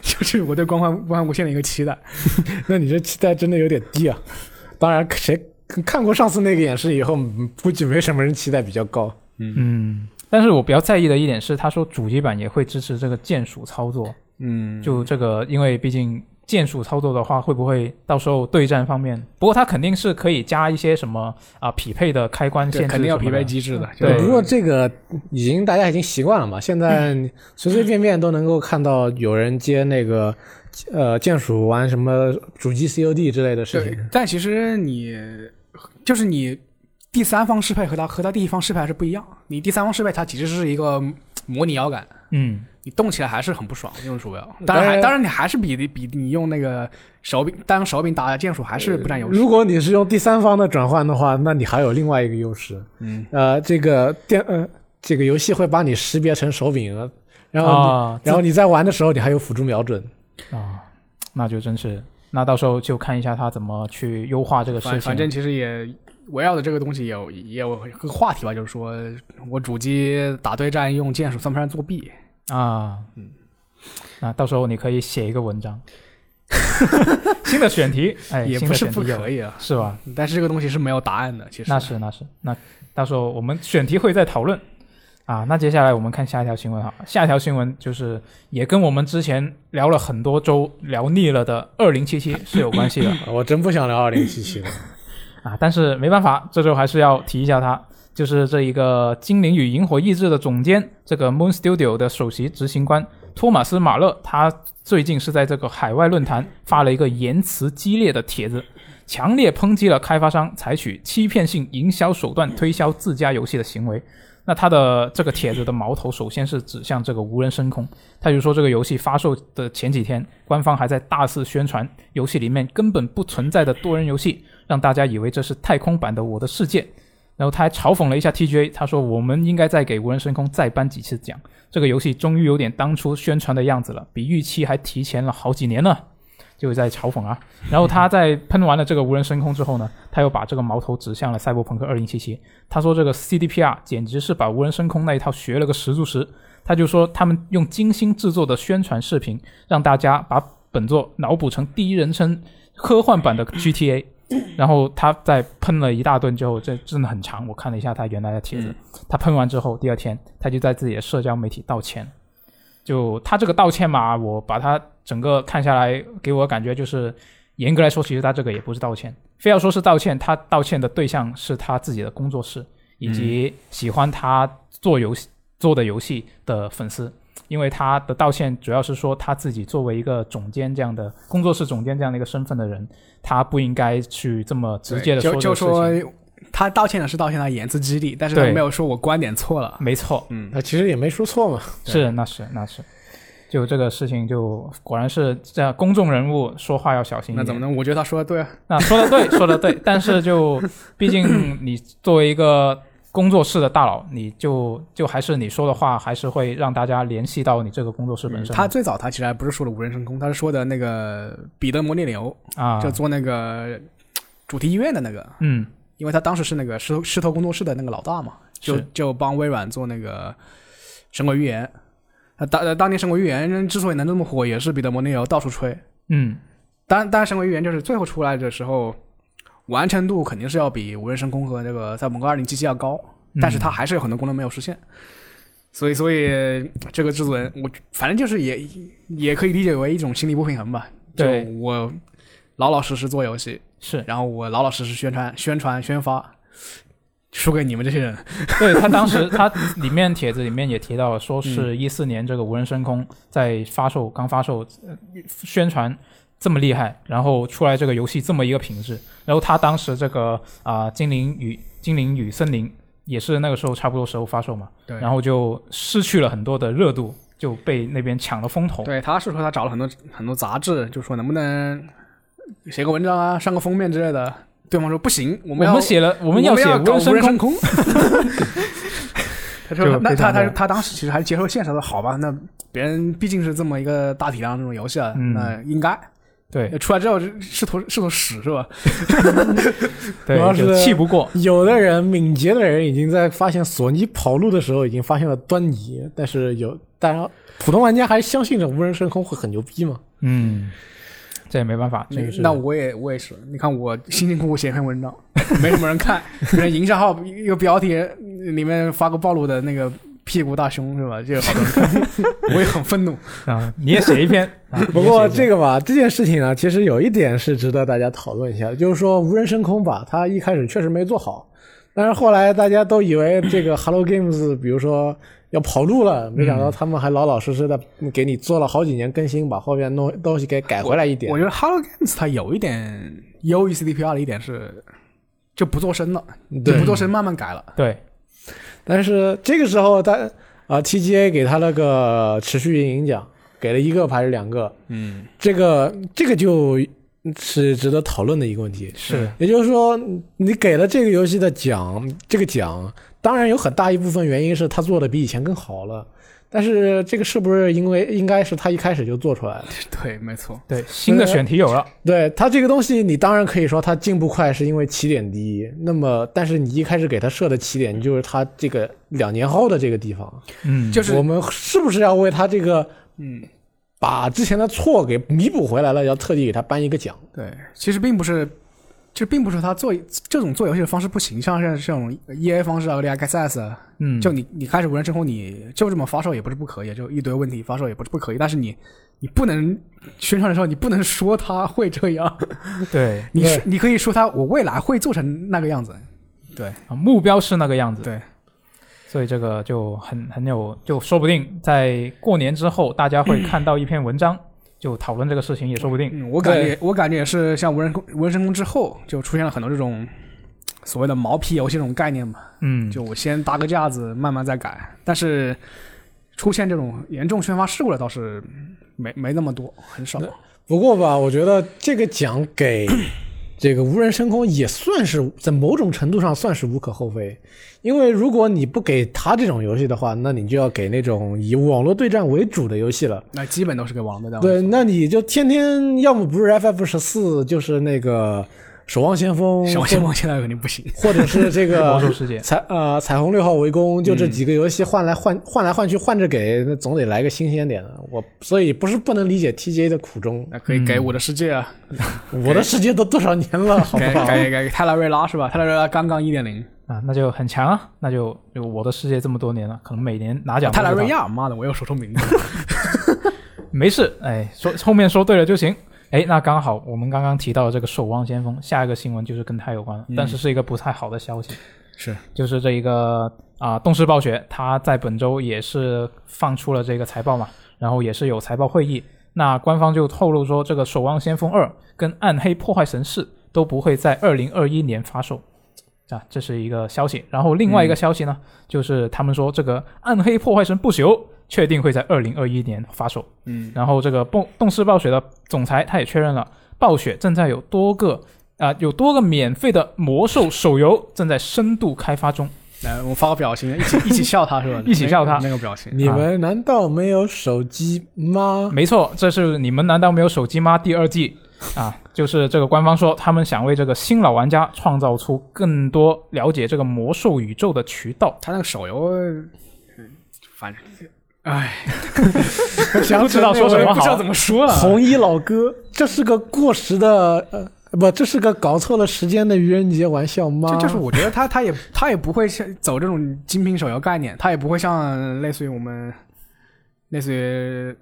B: 就是我对光环光环无限的一个期待。
C: 那你这期待真的有点低啊！当然，谁看过上次那个演示以后，嗯估计没什么人期待比较高。
A: 嗯，但是我比较在意的一点是，他说主机版也会支持这个键鼠操作，
B: 嗯，
A: 就这个，因为毕竟键鼠操作的话，会不会到时候对战方面？不过它肯定是可以加一些什么啊匹配的开关限
B: 对
A: 制，
B: 肯定要匹配。机制嗯的。
A: 对
C: 不过这个已经大家已经习惯了嘛，现在随随便便都能够看到有人接那个呃键鼠玩什么主机 COD 之类的事
B: 对
C: 情。，
B: 但其实你就是你第三方适配和它和它第一方适配还是不一样。你第三方适配它其实是一个嗯模拟摇杆，
A: 嗯，你
B: 你动起来还是很不爽，用鼠标。
C: 当
B: 当然还，
C: 然
B: 当然你还是比比你用那个手柄当手柄打键鼠还是不占优势。
C: 如果你是用第三方的转换的话，那你还有另外一个优势，
B: 嗯，
C: 呃，这个电呃这个游戏会把你识别成手柄，然后你、
A: 啊
C: 然后你在玩的时候你还有辅助瞄准。
A: 啊，那就真是，那到时候就看一下他怎么去优化这个事情
B: 反
A: 了。
B: 反正其实也围绕着这个东西有也有个话题吧，就是说我主机打对战用键鼠算不算作弊？
A: 啊，啊，到时候你可以写一个文
B: <laughs>
A: 章，新的选题，哎，
B: 也
A: 新
B: 不
A: 的
B: 是
A: 选
B: 不
A: 题有，
B: 可以啊。
A: 是吧？
B: 但是这个东西是没有答案的，其实
A: 那是那是，那到时候我们选题会再讨论啊。那接下来我们看下一条新闻哈，下一条新闻就是也跟我们之前聊了很多周聊腻了的二零七七是有关系的
C: 我真不想聊二零七七了。
A: 啊，但是没办法，这周还是要提一下它，就是这一个《精灵与萤火意志》的总监，这个 Moon Studio 的首席执行官托马斯·马勒，他最近是在这个海外论坛发了一个言辞激烈的帖子，强烈抨击了开发商采取欺骗性营销手段推销自家游戏的行为。那他的这个帖子的矛头首先是指向这个无人深空，他就说这个游戏发售的前几天，官方还在大肆宣传游戏里面根本不存在的多人游戏，让大家以为这是太空版的《我的世界》。然后他还嘲讽了一下 TGA，他说我们应该再给无人深空再颁几次奖，这个游戏终于有点当初宣传的样子了，比预期还提前了好几年呢。就在嘲讽啊，然后他在喷完了这个无人深空之后呢，他又把这个矛头指向了《赛博朋克2077》。他说这个 CDPR 简直是把无人深空那一套学了个十足十。他就说他们用精心制作的宣传视频，让大家把本作脑补成第一人称科幻版的 GTA。然后他在喷了一大顿之后，这真的很长，我看了一下他原来的帖子，他喷完之后，第二天他就在自己的社交媒体道歉。就他这个道歉嘛，我把他整个看下来，给我的感觉就是，严格来说，其实他这个也不是道歉，非要说是道歉，他道歉的对象是他自己的工作室以及喜欢他做游戏做的游戏的粉丝。因为他的道歉主要是说他自己作为一个总监这样的工作室总监这样的一个身份的人，他不应该去这么直接的
B: 对
A: 说
B: 就
A: 这
B: 就
A: 个事情
B: 说他道歉的是道歉他言辞激励，但是他
A: 对
B: 没有说我观点错了。
A: 没错，
B: 嗯，
C: 那其实也没说错嘛。
A: 是，那是那是，就这个事情就果然是这样，公众人物说话要小心一
B: 那
A: 点。
B: 怎么能？我觉得他说的对啊。
A: 那说的对，说的对，但是就毕竟你作为一个工作室的大佬，你就就还是你说的话，还是会让大家联系到你这个工作室本身。
B: 嗯他最早他其实还不是说的无人深空，他是说的那个彼得摩涅流，
A: 啊，
B: 就做那个主题医院的那个，
A: 嗯，
B: 因为他当时是那个石头石头工作室的那个老大嘛，就是就帮微软做那个《神鬼寓言》。他当呃当年《神鬼寓言》之所以能这么火，也是彼得摩涅流到处吹。
A: 嗯，
B: 当然，当然，《神鬼寓言》就是最后出来的时候，完成度肯定是要比《无人深空》和这个《赛博朋克2077》要高，
A: 嗯
B: 但是它还是有很多功能没有实现。所以，所以这个制作人，我反正就是也也可以理解为一种心理不平衡吧。就
A: 对
B: 我老老实实做游戏，
A: 是
B: 然后我老老实实宣传、宣传、宣发，输给你们这些人。
A: <laughs> 对他当时他里面帖子里面也提到了，说是一四年这个无人深空在发售刚发售、呃宣传这么厉害，然后出来这个游戏这么一个品质，然后他当时这个啊、精灵与精灵与森林也是那个时候差不多时候发售嘛，
B: 对
A: 然后就失去了很多的热度，就被那边抢了风头。
B: 对，他是说他找了很多很多杂志，就说能不能写个文章啊，上个封面之类的。对方说不行，我
A: 我
B: 们要
A: 写了，我
B: 我
A: 们要写无
B: 无
A: 人深空，
B: 深空。 <laughs> 他
A: 这
B: 说
A: 个：“
B: 那
A: 非
B: 他
A: 常
B: 他
A: 的
B: 他当时其实还接受现实的，好吧？那别人毕竟是这么一个大体量这种游戏啊，
A: 嗯
B: 那应该
A: 对
B: 出来之后是试图试图屎是吧？
A: 对
C: 主要，
A: 就是气不过。
C: <laughs> 有的人敏捷的人已经在发现索尼跑路的时候已经发现了端倪，但是有当然普通玩家还相信着无人深空会很牛逼嘛？
A: 嗯，这也没办法，
B: 那
C: 这个是
B: 那我也我也是，你看我辛辛苦苦写一篇文章，没什么人看， <laughs> 人营销号一个标题里面发个暴露的那个屁股大胸是吧？就有好多人看，
A: <laughs>
B: 我也很愤怒。
A: 啊，你也写一篇。啊
C: 不过这
A: 个
C: 个吧，这件事情啊呢，其实有一点是值得大家讨论一下，就是说无人深空吧，它一开始确实没做好，但是后来大家都以为这个 Hello Games，比如说要跑路了，没想到他们还老老实实的给你做了好几年更新，把后面弄东西给改回来一点
B: 我。觉得 Hello Games 它有一点优于 CDPR 的一点是，就不做声了，就
C: 对
B: 不做声，慢慢改了。
A: 对，
C: 但是这个时候他啊、TGA 给他那个持续运营奖，给了一个还是两个？
B: 嗯，
C: 这个这个嗯就是值得讨论的一个问题。
A: 是
C: 也就是说，你给了这个游戏的奖，这个奖当然有很大一部分原因是他做的比以前更好了，但是这个是不是因为应该是他一开始就做出来的？
B: <laughs> 对，没错。
A: 对，新的选题有了，
C: 对它这个东西，你当然可以说它进步快是因为起点低，那么但是你一开始给它设的起点就是它这个两年后的这个地方，
A: 嗯，
B: 就是
C: 我们是不是要为它这个
B: 嗯，
C: 把之前的错给弥补回来了，要特地给他颁一个奖。
B: 对，其实并不是，就并不是他做这种做游戏的方式不行，像是这种 E A 方式啊，或者 Access，啊
A: 嗯，
B: 就你你开始无人之后，你就这么发售也不是不可以，就一堆问题发售也不是不可以，但是你你不能宣传的时候，你不能说他会这样，
A: 对
B: 你
C: 对
B: 你可以说他我未来会做成那个样子，对
A: 啊，目标是那个样子，
B: 对，
A: 所以这个就很很有，就说不定在过年之后，大家会看到一篇文
B: 嗯
A: 章，就讨论这个事情也说不定。
B: 嗯，我感觉我感觉也是像无人空无人深空之后，就出现了很多这种所谓的毛坯游戏这种概念嘛，
A: 嗯，
B: 就我先搭个架子，慢慢再改。但是出现这种严重宣发事故的倒是没没那么多，很少。
C: 不过吧，我觉得这个奖给这个无人升空也算是在某种程度上算是无可厚非，因为如果你不给他这种游戏的话，那你就要给那种以网络对战为主的游戏了。
B: 那基本都是给网络的。
C: 对，那你就天天要么不是 FF 十四，就是那个《守望先锋》，
B: 小先锋现在肯定不行。
C: 或者是这
A: <laughs> 魔兽
C: 个
A: 世界，嗯
C: 彩呃彩虹六号围攻，就这几个游戏换来换换来换去换着给，那总得来个新鲜点的。我所以不是不能理解 TJ 的苦衷，
B: 那可以给我的世界啊，
A: <laughs>
C: 我的世界都多少年了，好不
B: 给
C: 好？
B: 给给泰拉瑞拉是吧？泰拉瑞拉刚刚一点零，
A: 啊，那就很强啊，那就就我的世界这么多年了，可能每年拿奖都
B: 泰
A: 是
B: 拉
A: 他。
B: 瑞亚，妈的，我又说错名字。
A: 没事，哎，说后面说对了就行。哎，那刚好我们刚刚提到的这个《守望先锋》，下一个新闻就是跟它有关了，
B: 嗯
A: 但是是一个不太好的消息，
B: <laughs> 是
A: 就是这一个啊、动视暴雪它在本周也是放出了这个财报嘛，然后也是有财报会议，那官方就透露说，这个《守望先锋二》跟《暗黑破坏神四》都不会在二零二一年发售。啊，这是一个消息。然后另外一个消息呢，就是他们说这个《暗黑破坏神不朽》确定会在二零二一年发售。
B: 嗯，
A: 然后这个动动视暴雪的总裁他也确认了，暴雪正在有多个啊、有多个免费的魔兽手游正在深度开发中。
B: 来，我们发个表情，一起 <laughs> 一起笑他是吧？
A: 一起笑他
B: 那个那个表情。
A: 啊
C: 你们难道没有手机
A: <laughs>
C: 吗？
A: 没错，这是你们难道没有手机吗？第二季啊，就是这个官方说他们想为这个新老玩家创造出更多了解这个魔兽宇宙的渠道。
B: 他那个手游，反正， <laughs> 哎，
C: 想
A: 不知道说
B: <laughs>
A: 什么好
B: 不知道怎么
A: 啊
B: 说了。
C: 红衣老哥，这是个过时的呃，不，这是个搞错了时间的愚人节玩笑吗？
B: 这就是我觉得他他也他也不会像走这种精品手游概念，他也不会像类似于我们，类似于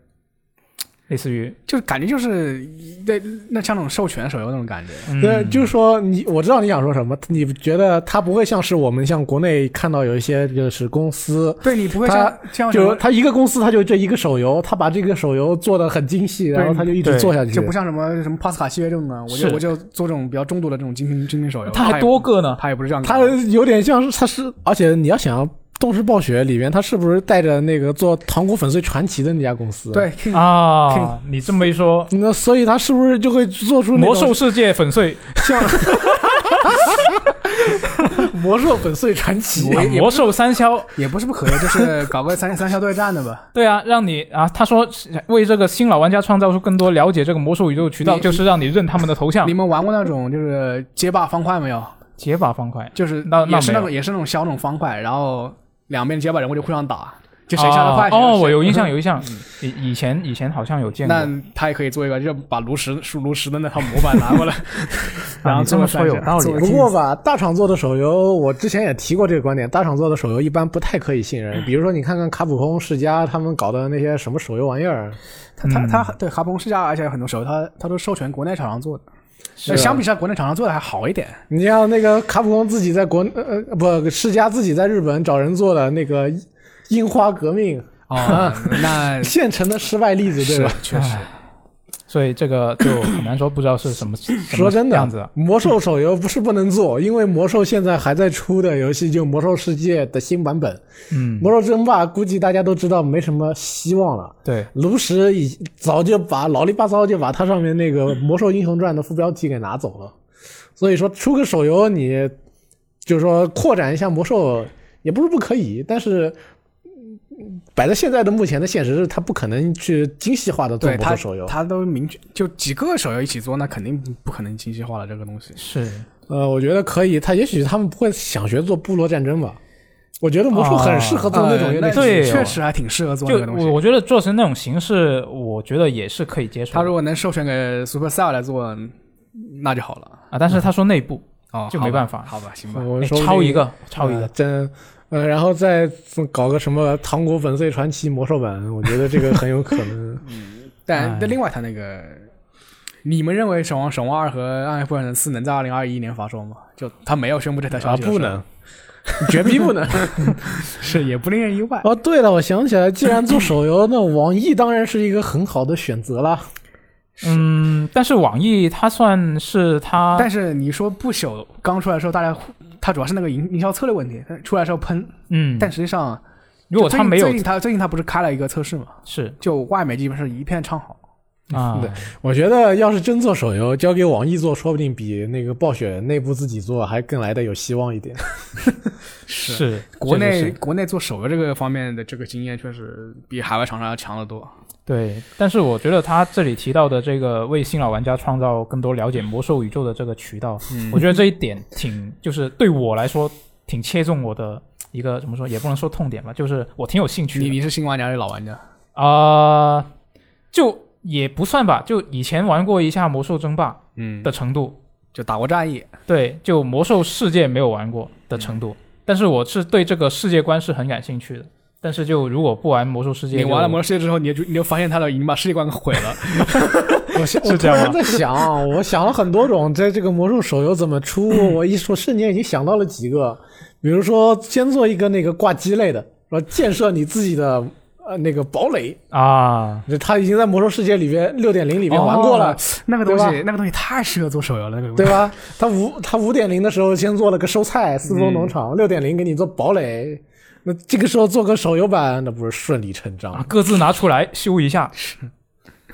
A: 类似于，
B: 就是感觉就是那那像那种授权手游那种感觉。
A: 嗯、
C: 对，就是说你，我知道你想说什么。你觉得它不会像是我们像国内看到有一些就是公司，
B: 对你不会
C: 他
B: 像像什
C: 就
B: 么
C: 它一个公司，它就这一个手游，它把这个手游做的很精细，然后它就一直
A: 对
C: 做下去
B: 就。不像什么什么帕斯卡系列这种啊的，我就是我就做这种比较中度的这种精品精品手游。
A: 它
B: 他
A: 还
B: 也
A: 多个呢。
B: 他也不是这样
C: 它
B: 搞的，
C: 有点像是它是，而且你要想要动视暴雪里面，它是不是带着那个做《糖果粉碎传奇》的那家公司？，
B: 对
A: 啊，你这么一说，
C: 那所以它是不是就会做出那
A: 魔
C: 种
A: 兽世界粉碎，
C: 像 <laughs> 魔兽粉碎传奇？
A: 啊魔兽三消，
B: 也不是不可以，就是搞个三三消对战的吧。
A: 对啊，让你啊，他说为这个新老玩家创造出更多了解这个魔兽宇宙渠道，
B: 你
A: 就是让你认他们的头像
B: 你，们玩过那种就是街霸方块没有？
A: 解法方块，
B: 就是
A: 那那
B: 也是
A: 没
B: 那
A: 有
B: 种也是那种小那种方块，然后两边结把人物就互相打，就谁下的快
A: 啊
B: 谁
A: 哦，我
B: 谁嗯
A: 有印
B: <laughs>
A: 象，有印象，以以前以前好像有见过。
B: 那他也可以做一个，就把炉石数炉石的那套模板拿过来，然
A: 啊
B: 后
A: 你这
B: 做
A: 么
B: 个
A: 说有
B: 三
A: 道
B: 做
A: 理
B: 个
C: 不
B: team
C: 过吧，大厂做的手游，我之前也提过这个观点，大厂做的手游一般不太可以信 <laughs> 任。比如说，你看看卡普空、世嘉他们搞的那些什么手游玩意儿，
B: <laughs> 他他
A: 嗯
B: 他对哈鹏世家，而且有很多时候他他都授权国内厂商做的，那相比之下国内厂商做的还好一点。
C: 你像那个卡普空自己在国呃呃不，世嘉自己在日本找人做的那个《樱花革命 <laughs>
B: <laughs> 哦，那》，
C: 现成的失败例子，对
B: 是
C: 吧？
B: 确
A: 哎
B: 实，
A: 所以这个就很难说，不知道是什么
C: 说真
A: 什
B: 啊
A: 么样
C: 的
A: 子。，啊
C: 魔兽手游不是不能做，因为魔兽现在还在出的游戏就《魔兽世界》的新版本，《
A: 嗯，
C: 魔兽争霸》估计大家都知道没什么希望了。
A: 对，
C: 炉石已早就把老里八糟就把它上面那个《魔兽英雄传》的副标题给拿走了，所以说出个手游你就是说扩展一下魔兽也不是不可以，但是嗯摆在现在的目前的现实是，它不可能去精细化的做
B: 对
C: 魔兽
B: 他
C: 手游。
B: 他都明确就几个手游一起做，那肯定不可能精细化了这个东西。
A: 是
C: 呃，我觉得可以，他也许他们不会想学做部落战争吧？我觉得魔兽很适合做那种
B: 呃
C: 有
B: 那
C: 点
A: 对哦
B: 确实还挺适合做
A: 就
B: 那个东西
A: 我。我觉得做成那种形式，我觉得也是可以接受的。
B: 他如果能授权给 Supercell 来做，那就好了。
A: 啊，但是他说内部，
B: 哦，
A: 就
B: 好
A: 没
B: 吧
A: 办法
B: 好吧，行吧。
C: 我
A: 哎
C: 们说
A: 抄一
C: 个，
A: 个，抄一
C: 呃
A: 个。
C: 真。呃，然后再搞个什么《糖果粉碎传奇》魔兽 <laughs> 版，我觉得这个很有可 <laughs> 能。
B: 但
A: 哎
B: 但另外，他那个，你们认为《守望守望二》和《暗黑破坏神四》能在二零二一年发售吗？就他没有宣布这条消
C: 啊，
B: 息的时候、
C: 不能， <laughs> 绝逼不能！
B: <laughs> 是也不令人意外。
C: <laughs> 哦，对了，我想起来，既然做手游，那网易当然是一个很好的选择啦。
A: 嗯，但是网易它算是它
B: 但是你说不朽刚出来的时候，大家它主要是那个营营销策略问题，它出来的时候喷，
A: 嗯，
B: 但实际上
A: 如果
B: 最
A: 它
B: 近
A: 没有
B: 最近它最近它不是开了一个测试嘛，
A: 是
B: 就外媒基本上一片唱好。
A: 啊，
C: 对 <laughs> 我觉得要是真做手游，交给网易做，说不定比那个暴雪内部自己做还更来的有希望一点。
A: 是
B: 国
A: 这就
B: 内
A: 是
B: 国内做手游这个方面的这个经验，确实比海外厂商要强得多。
A: 对，但是我觉得他这里提到的这个为新老玩家创造更多了解魔兽宇宙的这个渠道，
B: 嗯
A: 我觉得这一点挺，就是对我来说挺切中我的一个怎么说，也不能说痛点吧，就是我挺有兴趣
B: 你
A: 的
B: 你是新玩家还是老玩家？
A: 啊、就也不算吧，就以前玩过一下魔兽争霸
B: 嗯
A: 的，程度，
B: 就打过战役，
A: 对，就魔兽世界没有玩过的程
B: 嗯
A: 度，但是我是对这个世界观是很感兴趣的。但是就如果不玩魔兽世界，
B: 你玩了
A: 就
B: 魔兽世界之后，你就你就发现它的已经把世界观给毁了。
C: 我想，
A: 是这
C: 我突
A: 样吗
C: 然在想，啊我想了很多种，在这个魔兽手游怎么
A: <clears throat>
C: 出，我一说瞬间已经想到了几个，比如说先做一个那个挂机类的，说建设你自己的呃那个堡垒，
A: 啊，
C: 就他已经在魔兽世界里边六点零里边玩过了，
B: 哦 <laughs> 那个东
C: 对
B: 西，那个东西太适合做手游了。那个
C: 对吧？他五他五点零的时候先做了个收菜四
A: 嗯
C: 风农场，六点零给你做堡垒，那这个时候做个手游版，那不是顺理成章
A: 啊，？各自拿出来修一下，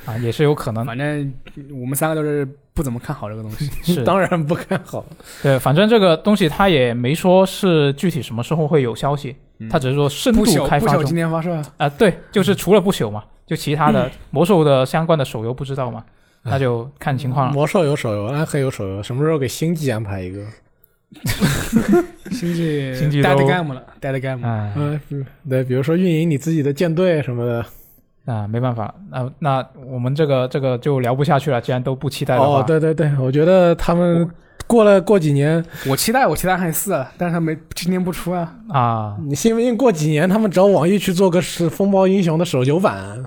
A: 啊，也是有可能。
B: 反正我们三个都是不怎么看好这个 <laughs> 东西。
A: 是，
C: 当然不看好，
A: 对，反正这个东西他也没说是具体什么时候会有消息，他只是说深
B: 不
A: 度
B: 朽
A: 开
B: 嗯不
A: 发
B: 朽今
A: 中。
B: 天发售啊，
A: 啊、对，就是除了不朽嘛，就其他的魔兽的相关的手游不知道嘛，
B: 嗯
A: 那就看情况了。
C: 魔兽有手游，暗黑有手游，什么时候给星际安排一个？
B: <laughs> 星际啊
A: 星际
B: dead
A: 都
B: game 了，dead game 了。
A: 哎，
C: 嗯，对，比如说运营你自己的舰队什
B: <laughs>
C: 么的。
A: 啊，没办法，那那我们这个这个就聊不下去了。既然都不期待的话，
C: 哦，对对对，我觉得他们过了过几年，
B: 我期待我期待汉四，但是他没今天不出啊。
A: 啊，
C: 你信不信过几年他们找网易去做个是风暴英雄的手游版？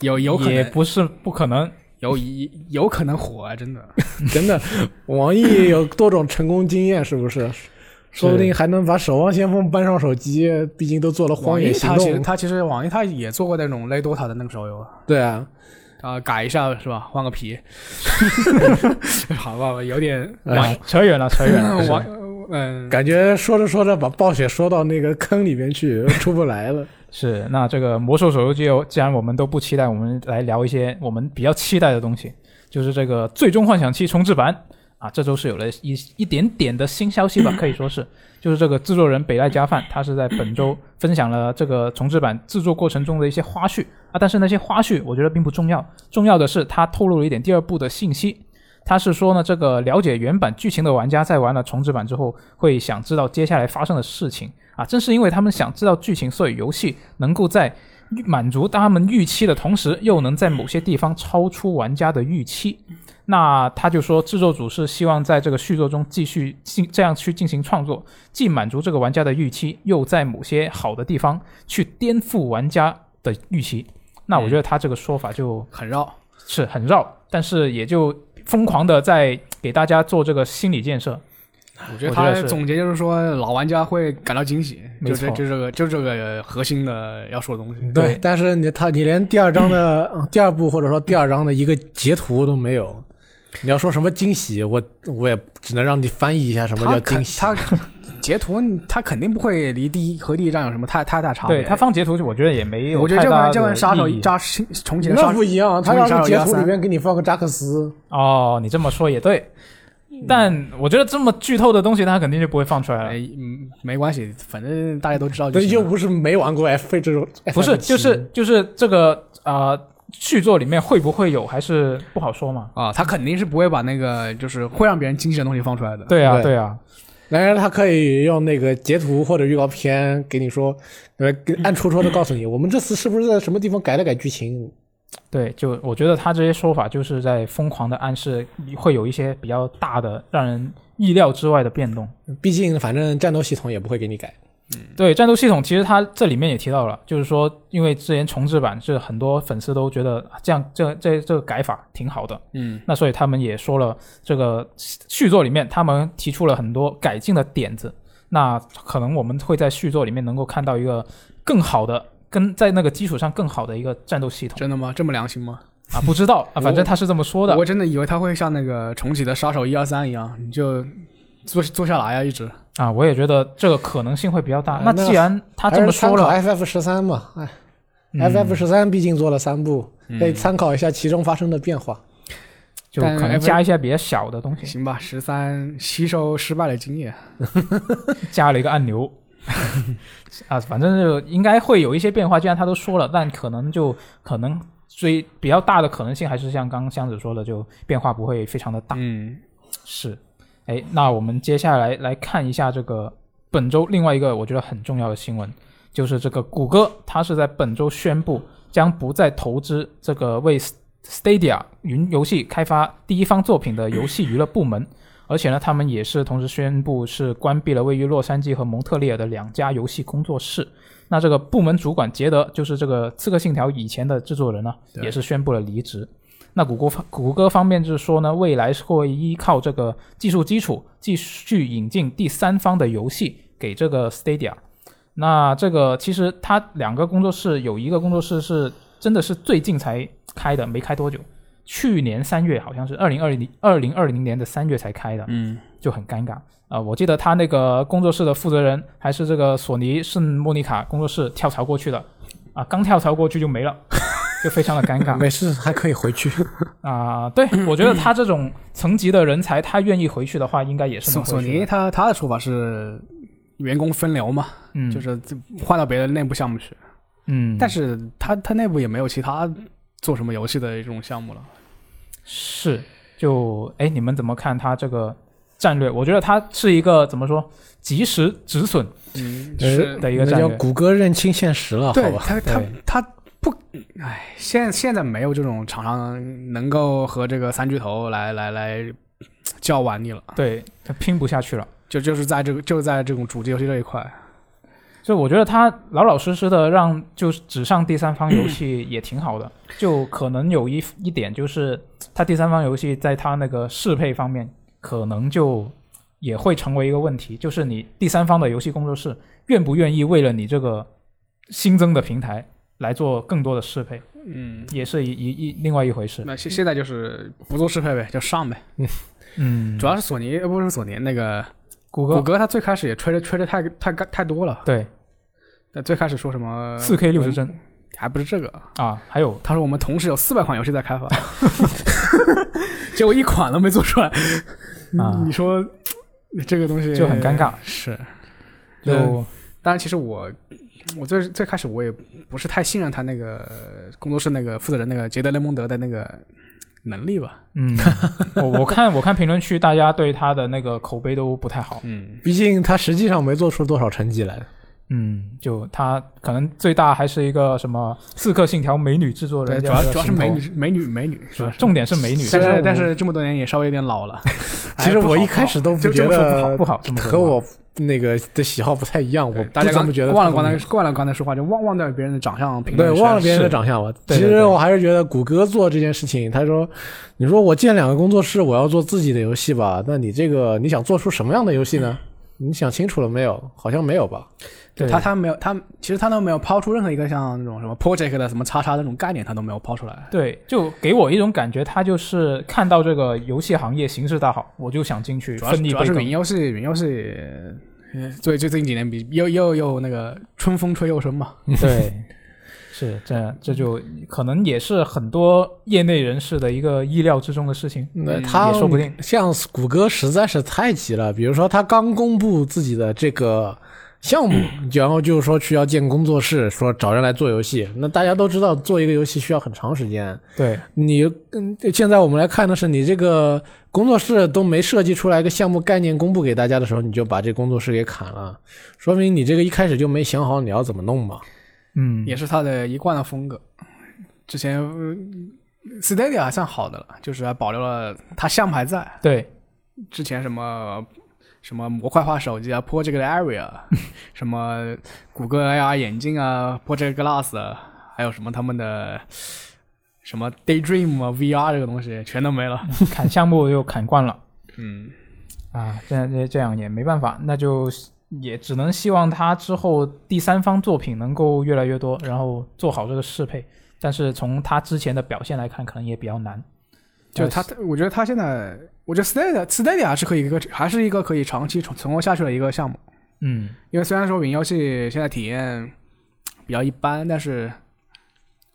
B: 有有可
A: 也
B: 能
A: 不是不可能。
B: 有有有可能火啊，真的。<laughs>
C: 真的，网易有多种成功经验，是不是？说不定还能把《守望先锋》搬上手机，毕竟都做了《荒
B: 网
C: 野
B: 易
C: 行
B: 它其实
C: 动》。
B: 它其实网易它也做过那种类 DOTA 的那个手游啊，
C: 对啊，
B: 啊改一下是吧？换个皮。 <laughs> 好吧，我有 <laughs> 点
A: 哎
B: 网
A: 呀扯远了，扯
B: <laughs>
A: 远了。
B: 网嗯，
C: 感觉说着说着把暴雪说到那个坑里边去，出不来了。
A: 是，那这个魔兽手游界，既然我们都不期待，我们来聊一些我们比较期待的东西，就是这个《最终幻想七》重置版啊，这周是有了一一点点的新消息吧，可以说是， <laughs> 就是这个制作人北濑加范，他是在本周分享了这个重置版制作过程中的一些花絮啊，但是那些花絮我觉得并不重要，重要的是他透露了一点第二部的信息。他是说呢，这个了解原版剧情的玩家在玩了重置版之后，会想知道接下来发生的事情啊。正是因为他们想知道剧情，所以游戏能够在满足他们预期的同时，又能在某些地方超出玩家的预期。那他就说，制作组是希望在这个续作中继续进这样去进行创作，既满足这个玩家的预期，又在某些好的地方去颠覆玩家的预期。那我觉得他这个说法就
B: 很绕。
A: 是很绕，但是也就疯狂的在给大家做这个心理建设。
B: 我觉
A: 我
B: 得
A: 觉
B: 他
A: 得是
B: 总结就是说，老玩家会感到惊喜，
A: 没
B: 就这
A: 错
B: 就这个就这个核心的要说的东西。
A: 对
C: 但是你他你连第二章的、
A: <clears throat>
C: 嗯第二部或者说第二章的一个截图都没有，你要说什么惊喜，我我也只能让你翻译一下什么
B: 他
C: 叫
B: 肯
C: 惊喜。
B: 他 <laughs> 截图他肯肯定不会离第一和第一章有什么太太大差别。
A: 对他放截图，我觉得也没有
B: 我觉得
A: 太
B: 这
A: 大
B: 款
A: 的
B: 这款杀手
A: 意义
B: 扎新重启的
C: 那
B: 杀手
C: 不一样，啊他
B: 重
C: 要
B: 启杀手
C: 是截图
B: 113
C: 里面给你放个扎克斯，
A: 哦，你这么说也对，但我觉得这么剧透的东西，他肯定就不会放出来了。
B: 嗯哎嗯没关系，反正大家都知道就
C: 对，
B: 行
C: 又
B: 了。
C: 不是没玩过 F 这种，
A: 不是，
C: FF 七
A: 就是就是这个呃，续作里面会不会有，还是不好说嘛。
B: 啊，他肯定是不会把那个就是会让别人惊喜的东西放出来的。
A: 对啊，
C: 对
A: 对啊，
C: 然而他可以用那个截图或者预告片给你说，呃，给暗戳戳的告诉你，我们这次是不是在什么地方改了改剧情？
A: 对，就我觉得他这些说法就是在疯狂的暗示会有一些比较大的、让人意料之外的变动。
C: 毕竟反正战斗系统也不会给你改。
A: 对战斗系统，其实它这里面也提到了，就是说，因为之前重置版是很多粉丝都觉得啊这样这这这个改法挺好的，
B: 嗯，
A: 那所以他们也说了，这个续作里面他们提出了很多改进的点子，那可能我们会在续作里面能够看到一个更好的，跟在那个基础上更好的一个战斗系统
B: 真的吗？这么良心吗？
A: 啊，不知
B: <laughs>
A: 道啊，反正他是这么说的
B: 我真的以为他会像那个重启的杀手一二三一样，你就坐坐下来呀，一直。
A: 啊，我也觉得这个可能性会比较大
C: 啊。
A: 那
C: 那
A: 既然他这么说了，
C: ，FF 十三嘛，哎、
A: 嗯
C: f f 十三毕竟做了三部，可以
B: 嗯
C: 参考一下其中发生的变化。
A: 就可能
B: FF
A: 加一些比较小的东西，
B: 行吧，十三吸收失败的经验。
A: 加了一个按钮。 <laughs> 啊，反正就应该会有一些变化，既然他都说了，但可能就可能最比较大的可能性还是像刚刚箱子说的，就变化不会非常的大。
C: <laughs>
B: 嗯，
A: 是，哎，那我们接下来来看一下这个本周另外一个我觉得很重要的新闻，就是这个谷歌它是在本周宣布将不再投资这个为 S- Stadia 云游戏开发第一方作品的游戏娱乐部门，而且呢，他们也是同时宣布是关闭了位于洛杉矶和蒙特利尔的两家游戏工作室。那这个部门主管杰德，就是这个《刺客信条》以前的制作人呢、
B: 对
A: 也是宣布了离职。那谷歌方谷歌方面就是说呢，未来是会依靠这个技术基础继续引进第三方的游戏给这个 Stadia。那这个其实它两个工作室有一个工作室是真的是最近才开的，没开多久，去年三月好像是二零二零二零二零年的三月才开的，
B: 嗯，
A: 就很尴尬啊、我记得他那个工作室的负责人还是这个索尼圣莫妮卡工作室跳槽过去的，啊，刚跳槽过去就没了， <laughs> 就非常的尴尬。
C: 没事，还可以回去。
A: 啊、
B: <coughs>
A: 对，我觉得他这种层级的人才，他愿意回去的话，应该也是
B: 索
A: 能
B: 索
A: 回去
B: 尼
A: 的。
B: 他他的说法是员工分流嘛，
A: 嗯，
B: 就是自换到别的内部项目去。
A: 嗯，
B: 但是他他内部也没有其他做什么游戏的这种项目了。
A: 是就哎，你们怎么看他这个战略？我觉得他是一个怎么说及时止损
B: 嗯，
C: 呃
B: 是，
A: 的一个
C: 那
A: 战
C: 叫
A: 略。
C: 谷歌认清现实了，好
B: 对
C: 吧？ <laughs>
B: 他他
A: 对
B: 他不，哎，现现在没有这种厂商能够和这个三巨头来来来叫玩你了，
A: 对，他拼不下去了。
B: 就就是在这个就在这种主机游戏这一块，
A: 所以我觉得他老老实实的让就是只上第三方游
B: <clears throat>
A: 戏也挺好的，就可能有一一点就是他第三方游戏在他那个适配方面可能就也会成为一个问题，就是你第三方的游戏工作室愿不愿意为了你这个新增的平台来做更多的适配，
B: 嗯。
A: 也是一一一另外一回事。
B: 那现现在就是不做适配呗，就上呗。
A: 嗯，
B: 主要是索尼，呃，不是索尼，那个
A: 谷歌
B: 谷歌，它最开始也吹的吹的太太太多了。
A: 对
B: 那最开始说什么
A: 四 K 六十帧
B: 还不是这个，
A: 啊，还有
B: 他说我们同时有四百款游戏在开发， <laughs> 结果一款都没做出来。
A: 啊
B: 你说这个东西
A: 就很尴尬。
B: 是，
A: 就
B: 当然，其实我我最最开始我也不是太信任他那个工作室那个负责人那个杰德雷蒙德的那个能力吧。
A: 嗯，我我看我看评论区大家对他的那个口碑都不太好。
B: 嗯，
C: 毕竟他实际上没做出多少成绩来。
A: 嗯，就他可能最大还是一个什么《刺客信条》美女制作
B: 对，
A: 人，
B: 主要主要是
A: 美
B: 美女，美女美女，是吧？
A: 重点是嗯美女。
B: 但
C: 虽然
B: 是
C: 我
B: 但是这么多年也稍微有点老了。 <laughs> 哎
C: 其实
B: 不
C: 我
B: 好
C: 一开始都
B: 就
C: 不
B: 这
C: 觉
B: 么说不好
C: 得
A: 不好这么说
C: 和我那个的喜好不太一样，
B: 对
C: 我
B: 大家
C: 不怎
B: 刚
C: 么觉得
B: 忘了
C: 他
B: 刚
C: 们
B: 才忘了刚才说话，就忘忘掉别人的长相评
C: 对
B: 论区
C: 忘了别人的
A: 是
C: 长相了。
A: 对
C: 其
A: 对对
C: 实我还是觉得谷歌做这件事情，他说：“你说我建两个工作室，我要做自己的游戏吧？那你这个你想做出什么样的游戏呢？你想清楚了没有？好像没有吧？
A: 对
B: 他他没有他其实他都没有抛出任何一个像那种什么 project 的什么叉叉那种概念，他都没有抛出来。
A: 对，就给我一种感觉，他就是看到这个游戏行业形势大好，我就想进去
B: 主要是
A: 奋力
B: 主要
A: 杯
B: 是
A: 羹
B: 云。游戏，云游戏，呃最最近几年比又又又那个春风吹又生嘛。
A: <laughs> 对，是这这就可能也是很多业内人士的一个意料之中的事情。
C: 那
B: 嗯
C: 他
A: 也说不定
C: 像谷歌实在是太急了，比如说他刚公布自己的这个项目，
A: 嗯
C: <clears throat> 然后就是说去要建工作室，说找人来做游戏。那大家都知道，做一个游戏需要很长时间。
A: 对，
C: 你嗯，现在我们来看的是，你这个工作室都没设计出来一个项目概念公布给大家的时候，你就把这工作室给砍了，说明你这个一开始就没想好你要怎么弄嘛。
A: 嗯，
B: 也是他的一贯的风格。之前、呃、Stadia 还算好的了，就是还保留了它项目还在。 <laughs>
A: 对，
B: 之前什么什么模块化手机啊
A: <laughs>
B: ，Project Area，什么谷歌 AR 眼镜啊，Project Glass，啊还有什么他们的什么 Daydream 啊，VR 这个东西全都没了。
A: 砍项目又砍惯了
B: 嗯，
A: 啊，这样这这样也没办法，那就也只能希望他之后第三方作品能够越来越多，然后做好这个适配。但是从他之前的表现来看，可能也比较难。
B: 就
A: 呃
B: 他，我觉得他现在，我觉得 Stadia Stadia 是可以一个，还是一个可以长期存存活下去的一个项目。
A: 嗯，
B: 因为虽然说云游戏现在体验比较一般，但是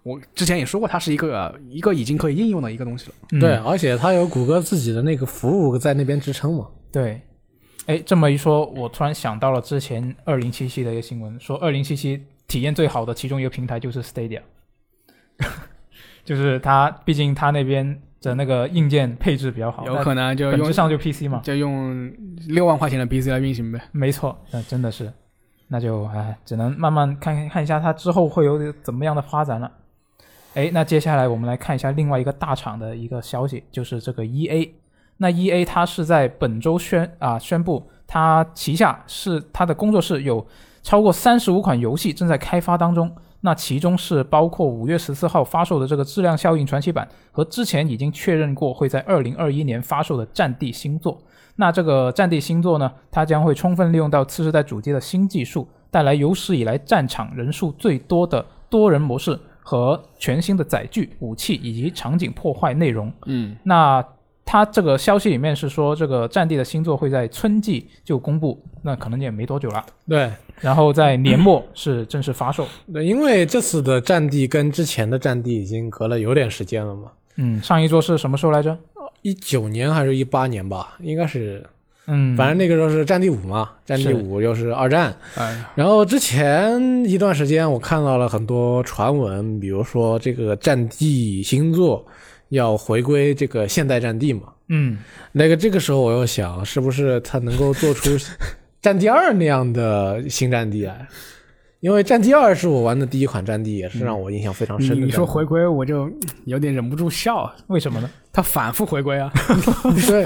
B: 我之前也说过，它是一个一个已经可以应用的一个东西了。
A: 嗯
C: 对，而且它有谷歌自己的那个服务在那边支撑嘛。
A: 对，哎，这么一说，我突然想到了之前二零七七的一个新闻，说二零七七体验最好的其中一个平台就是 Stadia，就是它，毕竟它那边的那个硬件配置比较好，
B: 有可能就
A: 但本
B: 用
A: 质上就 PC 嘛，
B: 就用六万块钱的 PC 来运行呗。
A: 没错，那真的是，那就哎，只能慢慢看看一下它之后会有怎么样的发展了。哎，那接下来我们来看一下另外一个大厂的一个消息，就是这个 E A。那 E A 它是在本周宣啊宣布，它旗下是它的工作室有超过三十五款游戏正在开发当中，那其中是包括五月十四号发售的这个《质量效应传奇版》和之前已经确认过会在二零二一年发售的《战地星座》。那这个《战地星座》呢，它将会充分利用到次世代主机的新技术，带来有史以来战场人数最多的多人模式和全新的载具、武器以及场景破坏内容。
B: 嗯，
A: 那它这个消息里面是说，这个《战地》的星座会在春季就公布，那可能也没多久了。
C: 对
A: 然后在年末是正式发售。
C: 对，因为这次的战地跟之前的战地已经隔了有点时间了嘛，
A: 嗯，上一座是什么时候来着？
C: 一九年还是一八年吧，应该是，
A: 嗯，
C: 反正那个时候是战地五嘛，战地
A: 是
C: 五又是二战，
B: 哎呀，
C: 然后之前一段时间，我看到了很多传闻，比如说这个《战地星座》要回归这个现代战地嘛。
A: 嗯，
C: 那个这个时候，我又想，是不是他能够做
B: <laughs>
C: 出《战地二》那样的新战地来？因为《战地二》是我玩的第一款战地，也是让我印象非常
B: 嗯你
C: 深的。
B: 你说回归，我就嗯有点忍不住笑。啊
A: 为什么呢？
B: 他反复回归啊， <laughs>
C: 对，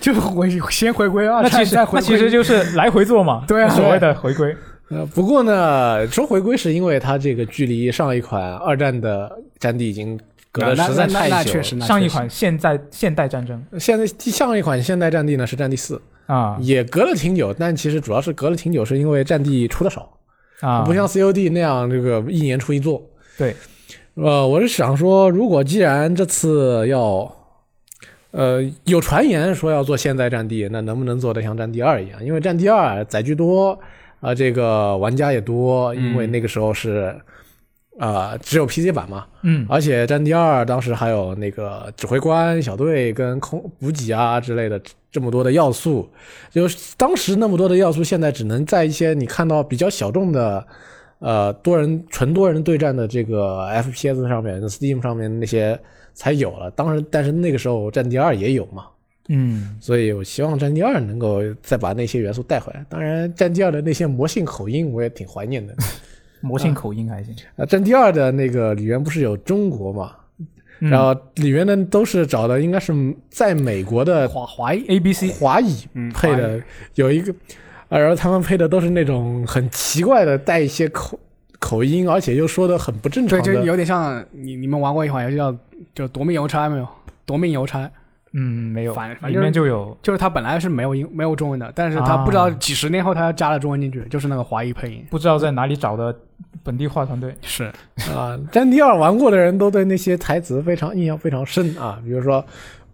B: 就回先回归啊，
A: 那
B: 再
A: 其实
B: 再回
A: 那
B: 归。
A: 其实就是来回做嘛，
B: <laughs> 对啊
A: 所谓的回归。
C: 呃，不过呢，说回归是因为它这个距离上一款二战的战地已经隔
B: 啊那
C: 得实在
B: 那
C: 太
B: 那那
C: 久
B: 确实，
C: 了。
B: 那
A: 上
B: 确
A: 一
B: 实
A: 款现在现代战争
C: 现在上一款现代战地呢是战地四，
A: 啊
C: 也隔了挺久，但其实主要是隔了挺久，是因为战地出的少，
A: 啊，
C: 不像 COD 那样这个一年出一座。
A: 对，
C: 呃，我是想说，如果既然这次要，呃，有传言说要做现代战地，那能不能做得像战地二一样？因为战地二载具多，啊、这个玩家也多，因为那个时候是。呃，只有 PC 版嘛，
A: 嗯
C: 而且《战地二》当时还有那个指挥官小队跟空补给啊之类的这么多的要素，就是当时那么多的要素，现在只能在一些你看到比较小众的，呃，多人纯多人对战的这个 FPS 上面、Steam 上面那些才有了。当时，但是那个时候《战地二》也有嘛，
A: 嗯，
C: 所以我希望《战地二》能够再把那些元素带回来。当然，《战地二》的那些魔性口音我也挺怀念的。 <laughs>
A: 魔性口音还行。
C: 啊，《战地二》的那个里面不是有中国嘛？
A: 嗯
C: 然后里面的都是找的应该是在美国的
B: 华华裔
A: A B C
C: 华裔
B: 嗯
C: 配
B: 华
C: 的，有一个，啊然后他们配的都是那种很奇怪的，带一些口口音，而且又说的很不正常
B: 对，就
C: 的。
B: 有点像你你们玩过一款游戏叫就《夺命邮差》没有？《夺命邮差》
A: 嗯，没有，
B: 反反
A: 里
B: 正
A: 面就有
B: 就是它本来是没有英没有中文的，但是它
A: 啊
B: 不知道几十年后它加了中文进去，就是那个华裔配音。 <laughs>
A: 不知道在哪里找的本地化团队。
B: 是，
C: 啊，《战地二》玩过的人都对那些台词非常印象非常深啊，比如说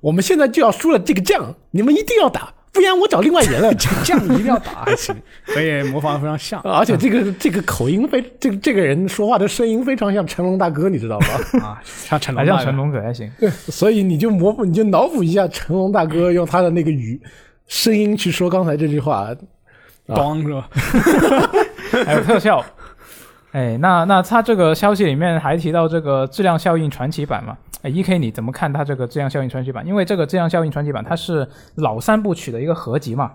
C: 我们现在就要输了这个仗，你们一定要打，不然我找另外人
B: <laughs>
C: 了。
B: 这这样一定要
C: <laughs>
B: 打还行，所以模仿得非常像。
C: 啊而且这个这个口音非这个这个人说话的声音非常像成龙大哥，你
B: <laughs>
C: 知道吗？
B: 啊，像成
A: 还
B: 龙大
A: 像
B: 哥，
A: 成龙可还行。
C: 对，所以你就模仿，你就脑补一下成龙大哥用他的那个语声音去说刚才这句话，啊
B: 咣是吧？
A: 还有特效。哎，那那它这个消息里面还提到这个质量效应传奇版嘛？哎，E K 你怎么看它这个质量效应传奇版？因为这个质量效应传奇版它是老三部曲的一个合集嘛。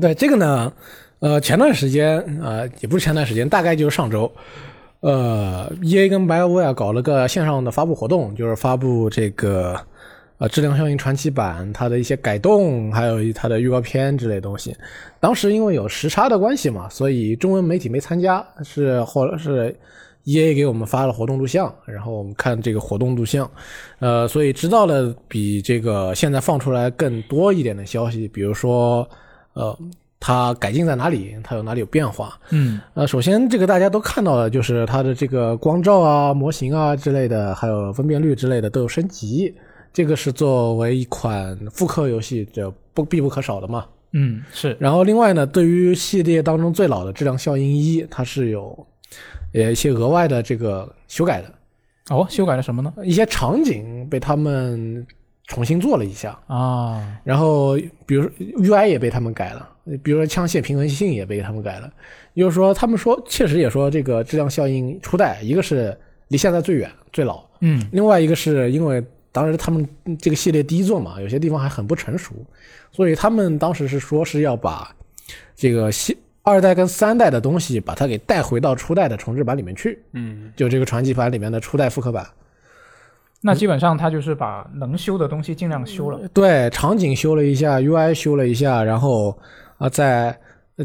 C: 对这个呢，呃，前段时间呃，也不是前段时间，大概就是上周，呃，E A 跟 BioWare 搞了个线上的发布活动，就是发布这个呃《质量效应传奇版》它的一些改动，还有一它的预告片之类的东西。当时因为有时差的关系嘛，所以中文媒体没参加，是或者是 E A 给我们发了活动录像，然后我们看这个活动录像，呃，所以知道了比这个现在放出来更多一点的消息，比如说呃。它改进在哪里？它有哪里有变化？
A: 嗯
C: 呃，首先这个大家都看到了，就是它的这个光照啊、模型啊之类的，还有分辨率之类的都有升级，这个是作为一款复刻游戏这不必不可少的嘛。
A: 嗯，是
C: 然后另外呢，对于系列当中最老的《质量效应一》，它是有呃一些额外的这个修改的，
A: 哦，修改了什么呢？
C: 一些场景被他们重新做了一下，
A: 啊，
C: 然后比如说 UI 也被他们改了，比如说枪械平衡性也被他们改了。也就是说，他们说确实也说这个质量效应初代，一个是离现在最远最老，
A: 嗯
C: 另外一个是因为当时他们这个系列第一作嘛，有些地方还很不成熟，所以他们当时是说是要把这个系二代跟三代的东西把它给带回到初代的重置版里面去，
B: 嗯，
C: 就这个传奇版里面的初代复刻版。
A: 那基本上它就是把能修的东西尽量修了。
C: 对，场景修了一下，UI 修了一下，然后啊、呃在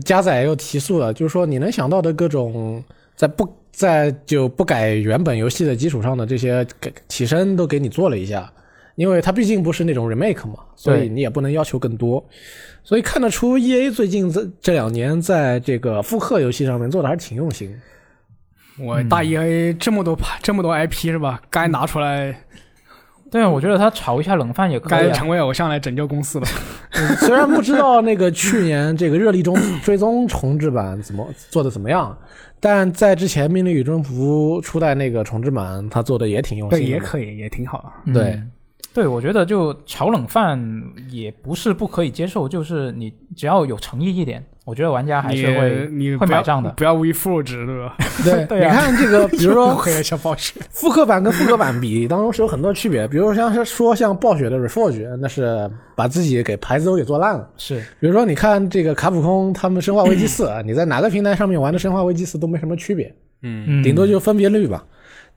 C: 加载又提速了，就是说你能想到的各种在不在就不改原本游戏的基础上的这些给提升都给你做了一下，因为它毕竟不是那种 remake 嘛，所以
A: 对
C: 你也不能要求更多，所以看得出 EA 最近这这两年在这个复刻游戏上面做的还是挺用心。
B: 我大
A: 嗯
B: EA 这么多牌这么多 IP 是吧？该拿出来，
A: 对啊，我觉得它炒一下冷饭也可以、
B: 该
A: 啊。
B: 成为偶像来拯救公司了。
C: <laughs> 虽然不知道那个去年这个热力中 <coughs> 追踪重置版怎么做的怎么样，但在之前《命令与征服》初代那个重置版，他做的也挺用心
B: 对，
C: 的。
B: 也可以，也挺好。
A: 嗯
C: 对
A: 对，我觉得就炒冷饭也不是不可以接受，就是你只要有诚意一点，我觉得玩家还
B: 你
A: 是会
B: 你
A: 会
B: 不要
A: 买账的
B: 不要无以复制，对吧？
C: <laughs> 对，
A: 对啊
C: 你看这个，比如
B: 又
C: 说
B: <laughs> 黑了小暴雪，
C: 复刻版跟复刻版比，当中是有很多区别。比如像是说像暴雪的 Reforge，那是把自己给牌子都给做烂了。
A: 是
C: 比如说你看这个卡普空他们《生化危机四》 <clears throat> 啊，你在哪个平台上面玩的《生化危机四》都没什么区别。
B: 嗯，
A: 嗯
C: 顶多就分辨率吧。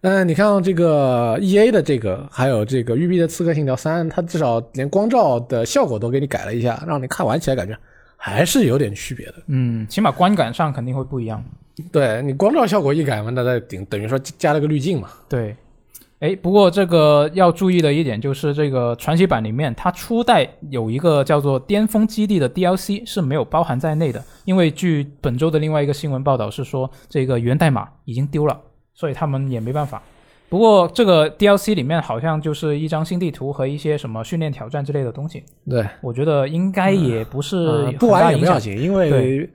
C: 但你看这个 E A 的这个，还有这个育碧的《刺客信条三》，它至少连光照的效果都给你改了一下，让你看完起来感觉还是有点区别的。
A: 嗯，起码观感上肯定会不一样。
C: 对你光照效果一改嘛，那在顶等于说加了个滤镜嘛。
A: 对，哎，不过这个要注意的一点就是，这个传奇版里面它初代有一个叫做“巅峰基地”的 DLC 是没有包含在内的，因为据本周的另外一个新闻报道是说，这个源代码已经丢了，所以他们也没办法。不过这个 DLC 里面好像就是一张新地图和一些什么训练挑战之类的东西，
C: 对，
A: 我觉得应该也不是、
C: 呃不玩也不要。紧，因为
A: 对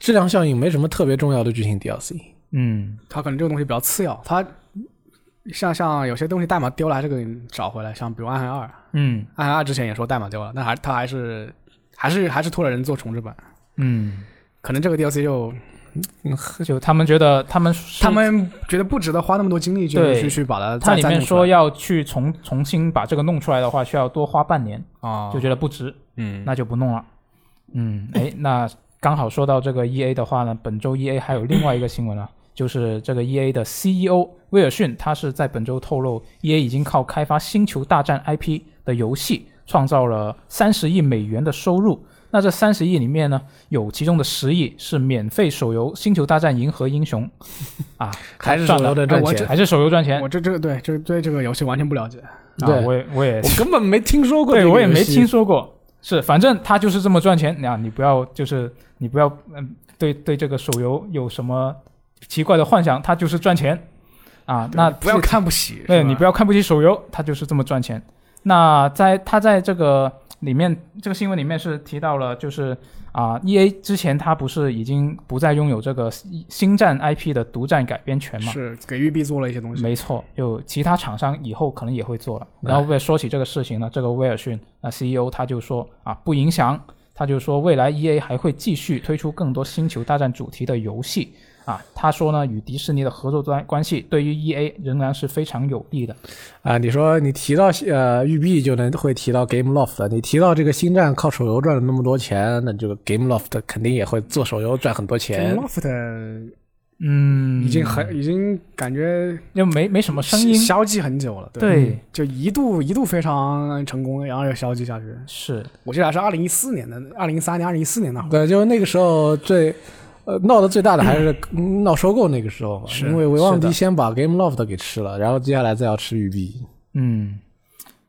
C: 质量效应没什么特别重要的剧情 D L C。
A: 嗯，
B: 他可能这个东西比较次要，他像像有些东西代码丢了还是给你找回来，像比如《暗黑二》，《
A: 嗯
B: 暗黑二》之前也说代码丢了，但还他还是还是还是托了人做重置版，
A: 嗯，
B: 可能这个 DLC 就
A: 就他们觉得他们
B: 他们觉得不值得花那么多精力去
A: 对
B: 去去把它
A: 它
B: 再
A: 里
B: 再
A: 面
B: 弄出
A: 说
B: 来
A: 要去重重新把这个弄出来的话，需要多花半年，
C: 哦
B: 啊，
A: 就觉得不值，
B: 嗯
A: 那就不弄了。
C: <laughs>
A: 嗯，哎，那刚好说到这个 E A 的话呢，本周 E A 还有另外一个新闻
C: <coughs>
A: 啊，就是这个 E A 的 C E O 威尔逊，他是在本周透露，E A 已经靠开发《星球大战》I P 的游戏创造了三十亿美元的收入。那这三十亿里面呢，有其中的十亿是免费手游《星球大战：银河英
C: <laughs>
A: 雄》啊，
C: 还是
A: 算
C: 手
A: 了
C: 游的
B: 哎
C: 赚
B: 我
C: 钱，
A: 还是手游赚钱
B: 我
A: 啊！
B: 这这个对这对这个游戏完全不了解，
C: 对
A: 我也我也
C: 啊我根本没听说过这
A: 对
C: 个游戏。
A: 我也没听说过。是，反正他就是这么赚钱啊！你不要就是你不要嗯，对对这个手游有什么奇怪的幻想，他就是赚钱啊。那
B: 不要
A: 是
B: 看不起，
A: 对
B: 是吧
A: 你不要看不起手游，他就是这么赚钱。那在他在这个里面，这个新闻里面是提到了，就是啊、e A 之前他不是已经不再拥有这个星战 IP 的独占改编权嘛？
B: 是给育碧做了一些东西，
A: 没错，就其他厂商以后可能也会做了。
C: 对
A: 呃 E 然后为了说起这个事情呢，这个威尔逊那 CEO 他就说啊，不影响他他就说未来 E A 还会继续推出更多星球大战主题的游戏啊。他说呢，与迪士尼的合作关关系对于 E A 仍然是非常有利的。
C: 啊，你说你提到呃育碧就能会提到 GameLoft，你提到这个星战靠手游赚了那么多钱，那这个 GameLoft 肯定也会做手游赚很多钱。
B: Loft
A: 嗯，
B: 已经很已经感觉
A: 又没没什么声音，
B: 消极很久了，
A: 对，
B: 就一度一度非常成功，然后又消极下去。
A: 是
B: 我记得还是二零一四年的，二零一三年、二零一四年那会儿，
C: 对，就是那个时候最呃闹得最大的还是嗯闹收购那个时候嘛，
B: 是
C: 因为维
A: 是
C: 旺
A: 的
C: 迪先把 GameLoft 给吃了，然后接下来再要吃育碧。
A: 嗯，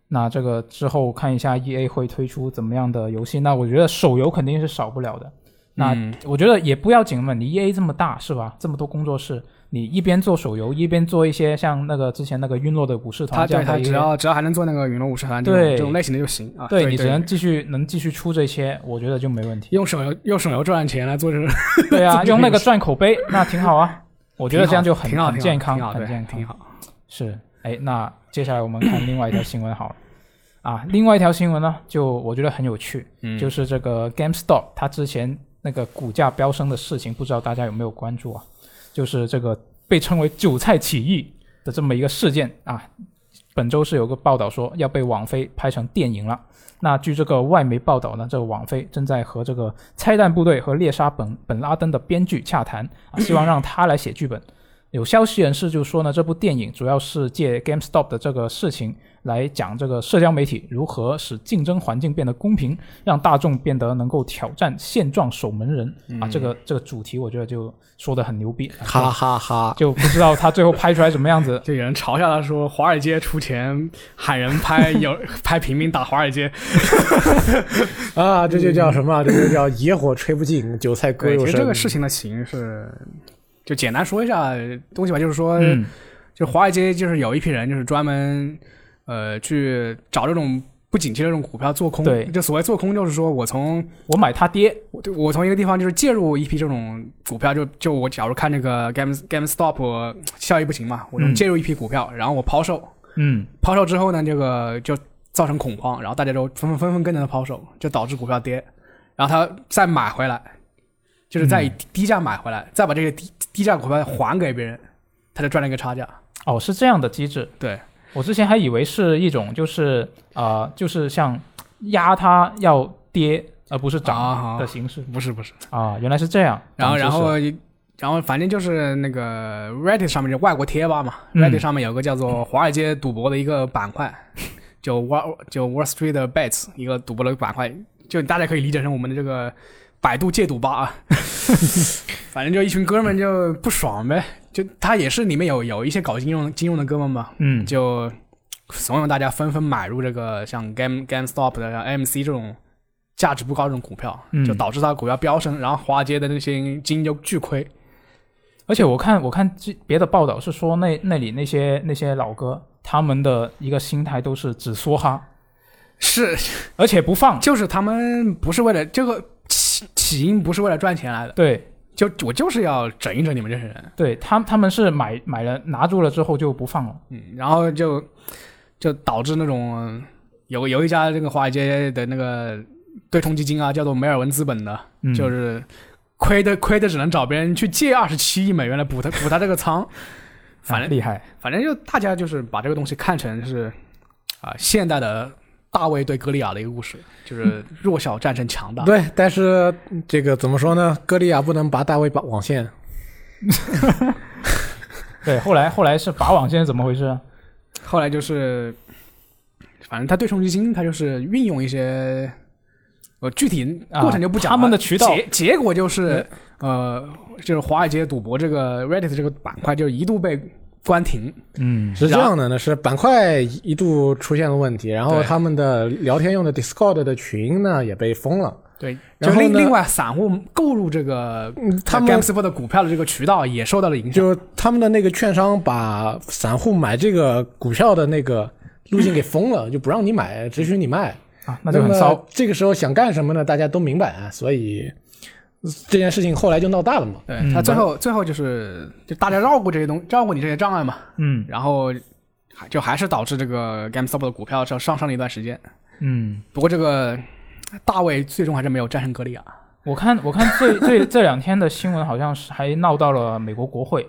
A: 那这个之后看一下 E A 会推出怎么样的游戏。那我觉得手游肯定是少不了的。那
B: 嗯
A: 我觉得也不要紧嘛，你 E A 这么大是吧？这么多工作室，你一边做手游，一边做一些像那个之前那个陨落的武士
B: 他
A: <laughs> 团这
B: 对
A: 样
B: 他
A: 的一
B: 只
A: 些，
B: 要只要还能做那个陨龙武士团这种
A: 对
B: 这种类型的就行啊。
A: 对
B: 对
A: 你只
B: 对
A: 能继续能继续出这些，我觉得就没问
B: <laughs>
A: 题。
B: 用手游用手游赚钱来做这种，
A: 对啊，
B: 这
A: 用那个
B: 游戏
A: 赚口碑，那挺
B: <laughs>
A: 好啊。我觉得这样就很
B: 挺好，
A: 很
B: 挺好
A: 健康，
B: 挺好，
A: 很
B: 对
A: 健康
B: 挺。好。
A: 是，哎，那接下来我们看另外一条新闻好了。啊，另外一条新闻呢，就我觉得很有趣，
B: 嗯，
A: 就是这个 GameStop 它之前那个股价飙升的事情，不知道大家有没有关注啊？就是这个被称为“韭菜起义”的这么一个事件啊，本周是有个报道说要被网飞拍成电影了。那据这个外媒报道呢，这个网飞正在和这个拆弹部队和猎杀本本拉登的编剧洽谈啊，希望让他来写剧本。有消息人士就说呢，这部电影主要是借 GameStop 的这个事情来讲这个社交媒体如何使竞争环境变得公平，让大众变得能够挑战现状守门人、啊，这个这个主题我觉得就说的很牛逼，啊
C: 哈哈哈！
A: 就就不知道他最后拍出来什么样子
B: 就有人嘲笑他说：“华尔街出钱喊人
A: <laughs>
B: 拍有拍平民打华尔街。
C: 啊，这就叫什么？这就叫野火吹不尽，韭菜”各
B: 对，
C: 有
B: 其实
C: 声。
B: 这个事情的起因是，就简单说一下东西吧，就是说，
A: 嗯
B: 就华尔街就是有一批人就是专门呃去找这种不景气的这种股票做空。
A: 对
B: 就所谓做空，就是说我从
A: 我买他爹，
B: 我对我从一个地方就是介入一批这种股票，就就我假如看这个 Game GameStop 呃效益不行嘛，我就
A: 嗯
B: 介入一批股票，然后我抛售，
A: 嗯，
B: 抛售之后呢，这个就造成恐慌，然后大家都纷纷纷纷跟着他抛售，就导致股票跌，然后他再买回来，就是再以低价买回来，再把这个低低价股票还给别人，他就赚了一个差价。
A: 哦，是这样的机制，
B: 对
A: 我之前还以为是一种就是啊、呃就是像压它要跌而不是
B: 啊
A: 涨
B: 哈
A: 的形式
B: 不是不是，
A: 啊原来是这样，
B: 然后
A: 长
B: 然
A: 知识
B: 后
A: 了
B: 然后反正就是那个 Reddit 上面就外国贴吧嘛、
A: 嗯
B: r e d d i t 上面有个叫做华尔街赌博的一个板块，就 Wall 就 Wall Street Bets 一个赌博的板块，就大家可以理解成我们的这个百度戒赌吧啊。 <laughs> 反正就一群哥们就不爽呗，就他也是里面有有一些搞金融金融的哥们嘛，
A: 嗯
B: 就怂恿大家纷纷买入这个像 Game GameStop 的像 AMC 这种价值不高的这种股票，
A: 嗯
B: 就导致它的股票飙升，然后华尔街的那些基金就巨亏。
A: 而且我看我看这别的报道是说那那里那些那些老哥他们的一个心态都是只梭哈，
B: 是，
A: 而且不放。
B: 就是他们不是为了这个起起因不是为了赚钱来的，
A: 对
B: 就我就是要整一整你们这些人，
A: 对，他他们是买买了拿住了之后就不放了。
B: 嗯，然后就就导致那种有有一家这个华尔街的那个对冲基金啊，叫做梅尔文资本的，
A: 嗯，
B: 就是亏的亏的只能找别人去借二十七亿美元来补他补他这个仓，反
A: 啊
B: 正
A: 厉害。
B: 反正就大家就是把这个东西看成是啊、现代的大卫对歌利亚的一个故事，就是弱小战胜强大。
C: 对，但是这个怎么说呢？歌利亚不能拔大卫把网线。
A: <laughs> 对，后来后来是法网，现在怎么回事啊？
B: 后来就是，反正他对冲基金，他就是运用一些。呃，具体
A: 啊
B: 过程就不讲了、
A: 他们的渠道
B: 结结果就是，呃，就是华尔街赌博这个 Reddit 这个板块就一度被关停，
A: 嗯
C: 是这样的呢，是板块一度出现了问题，然后
B: 对
C: 他们的聊天用的 Discord 的群呢也被封了。
B: 对，就
C: 然后
B: 另
C: 呢
B: 另外散户购入这个
C: 嗯，他们
B: GameStop 的股票的这个渠道也受到了影响。
C: 就他们的那个券商把散户买这个股票的那个路径给封了，就不让你买，只许你卖。
A: 啊，那就
C: 么
A: 很骚。
C: 这个时候想干什么呢？大家都明白啊，所以这件事情后来就闹大了嘛。
B: 对
A: 嗯
B: 他最后最后就是就大家绕过这些东绕过你这些障碍嘛，
A: 嗯
B: 然后还就还是导致这个 GameStop 的股票上上升了一段时间。
A: 嗯，
B: 不过这个大卫最终还是没有战胜格里亚。
A: 我看我看最最这两天的新闻，好像是还闹到了美国国会。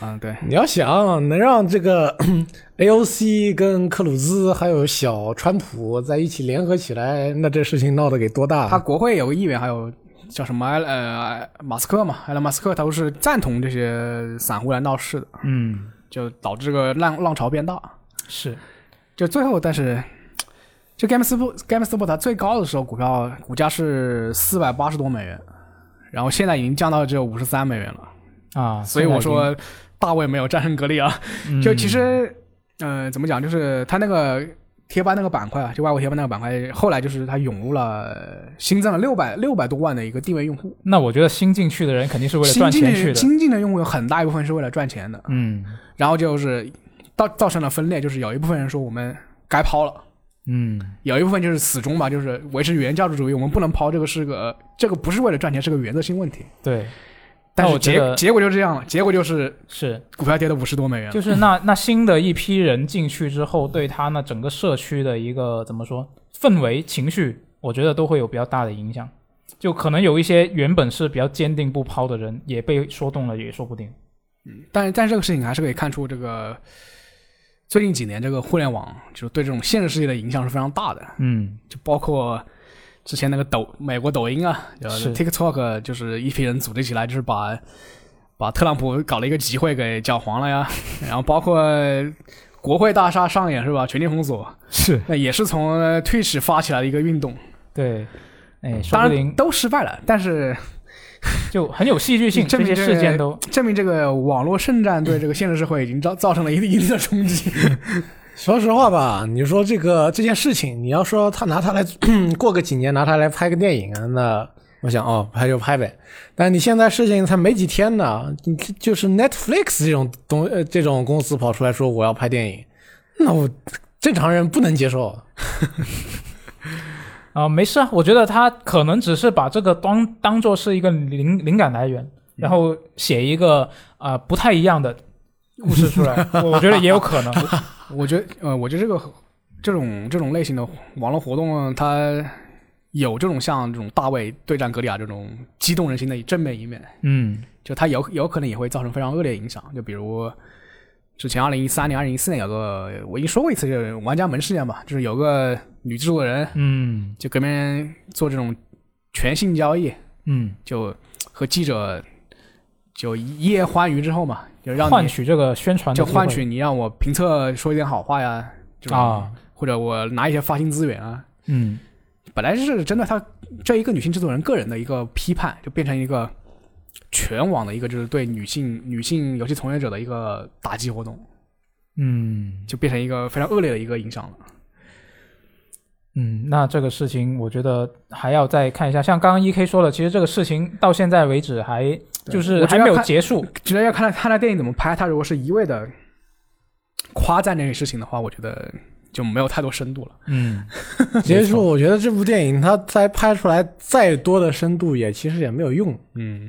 B: 嗯，对，
C: 你要想能让这个 <clears throat> AOC 跟克鲁兹还有小川普在一起联合起来，那这事情闹得给多大？啊
B: 他国会有个议员，还有叫什么呃马斯克嘛，埃隆马斯克，他都是赞同这些散户来闹事的，
A: 嗯，
B: 就导致这个浪浪潮变大。
A: 是
B: 就最后，但是就 GameStop GameStop 它最高的时候，股票股价是四百八十多美元，然后现在已经降到只有五十三美元了。
A: 啊，
B: 所以我说大卫没有战胜格力啊。
A: 现在已经，
B: 就其实，呃，怎么讲，就是他那个贴吧那个板块啊，就外国贴吧那个板块，后来就是它涌入了新增了六百六百多万的一个定位用户
A: 嗯，那我觉得新进去的人肯定是为了
B: 新
A: 赚
B: 进
A: 钱
B: 的
A: 去的。
B: 新进的用户有很大一部分是为了赚钱的，
A: 嗯
B: 然后就是造造成了分裂，就是有一部分人说我们该抛了。
A: 嗯
B: 有一部分就是死忠吧，就是维持原教旨主义，我们不能抛这个是个这个不是为了赚钱，是个原则性问题。
A: 对，
B: 但
A: 那
B: 是
A: 我觉
B: 结
A: 得
B: 结果就这样了，结果就是
A: 是
B: 股票跌到五十多美元了。
A: 就是那那新的一批人进去之后，对他那整个社区的一个怎么说氛围情绪，我觉得都会有比较大的影响。就可能有一些原本是比较坚定不抛的人，也被说动了，也说不定。
B: 但是但是这个事情还是可以看出，这个最近几年这个互联网就是对这种现实世界的影响是非常大的，
A: 嗯，
B: 就包括之前那个抖美国抖音啊，呃
A: 是
B: TikTok，就是一批人组织起来，就是把把特朗普搞了一个集会给搅黄了呀， <laughs> 然后包括。国会大厦上演是吧？权力封锁，
A: 是
B: 那也是从呃 Twitch 发起来的一个运动，
A: 对，哎，说
B: 当
A: 不
B: 然
A: 定
B: 都失败了，但是
A: 就很有戏剧性，
B: 你 <laughs> 证
A: 这些
B: 明这
A: 事
B: 个
A: 件都
B: 证明这个网络圣战对这个现实社会已经造造成了一定一定的冲
A: <laughs>
B: 击。
C: 说实话吧，你说这个这件事情，你要说他拿它来 <clears throat> 过个几年拿它来拍个电影啊，那我想哦拍就拍呗。但你现在事情才没几天呢，你这就是 Netflix 这种东呃这种公司跑出来说我要拍电影，那我正常人不能接受。
A: 啊、没事啊，我觉得他可能只是把这个当当做是一个灵灵感来
B: 嗯
A: 源，然后写一个啊、不太一样的故事出
B: <laughs>
A: 来，我我觉得也有可能。
B: 嗯我觉得，呃，我觉得这个这种这种类型的网络活动，它有这种像这种大卫对战格里亚这种激动人心的正面一面，
A: 嗯
B: 就它有有可能也会造成非常恶劣的影响。就比如之前二零一三年、二零一四年有个我已经说过一次，就是玩家门事件吧，就是有个女制作人
A: 嗯
B: 就跟别人做这种全性交易，
A: 嗯，
B: 就和记者就一夜欢愉之后嘛，就让
A: 换
B: 你
A: 取这个宣传的
B: 就
A: 机
B: 换
A: 会
B: 取你让我评测说一点好话呀，这种
A: 啊，
B: 或者我拿一些发行资源啊，
A: 嗯
B: 本来是针对她这一个女性制作人个人的一个批判，就变成一个全网的一个就是对女性女性游戏从业者的一个打击活动，
A: 嗯
B: 就变成一个非常恶劣的一个影响了。
A: 嗯，那这个事情我觉得还要再看一下。像刚刚 E K 说的，其实这个事情到现在为止还就是
B: 我觉
A: 还
B: 得
A: 没有
B: 看
A: 结束。
B: 觉得要看他看他电影怎么拍，他如果是一味的夸赞这个事情的话，我觉得就没有太多深度了。
A: 嗯，
C: 直接说，我觉得这部电影它再拍出来再多的深度也其实也没有用。
B: 嗯，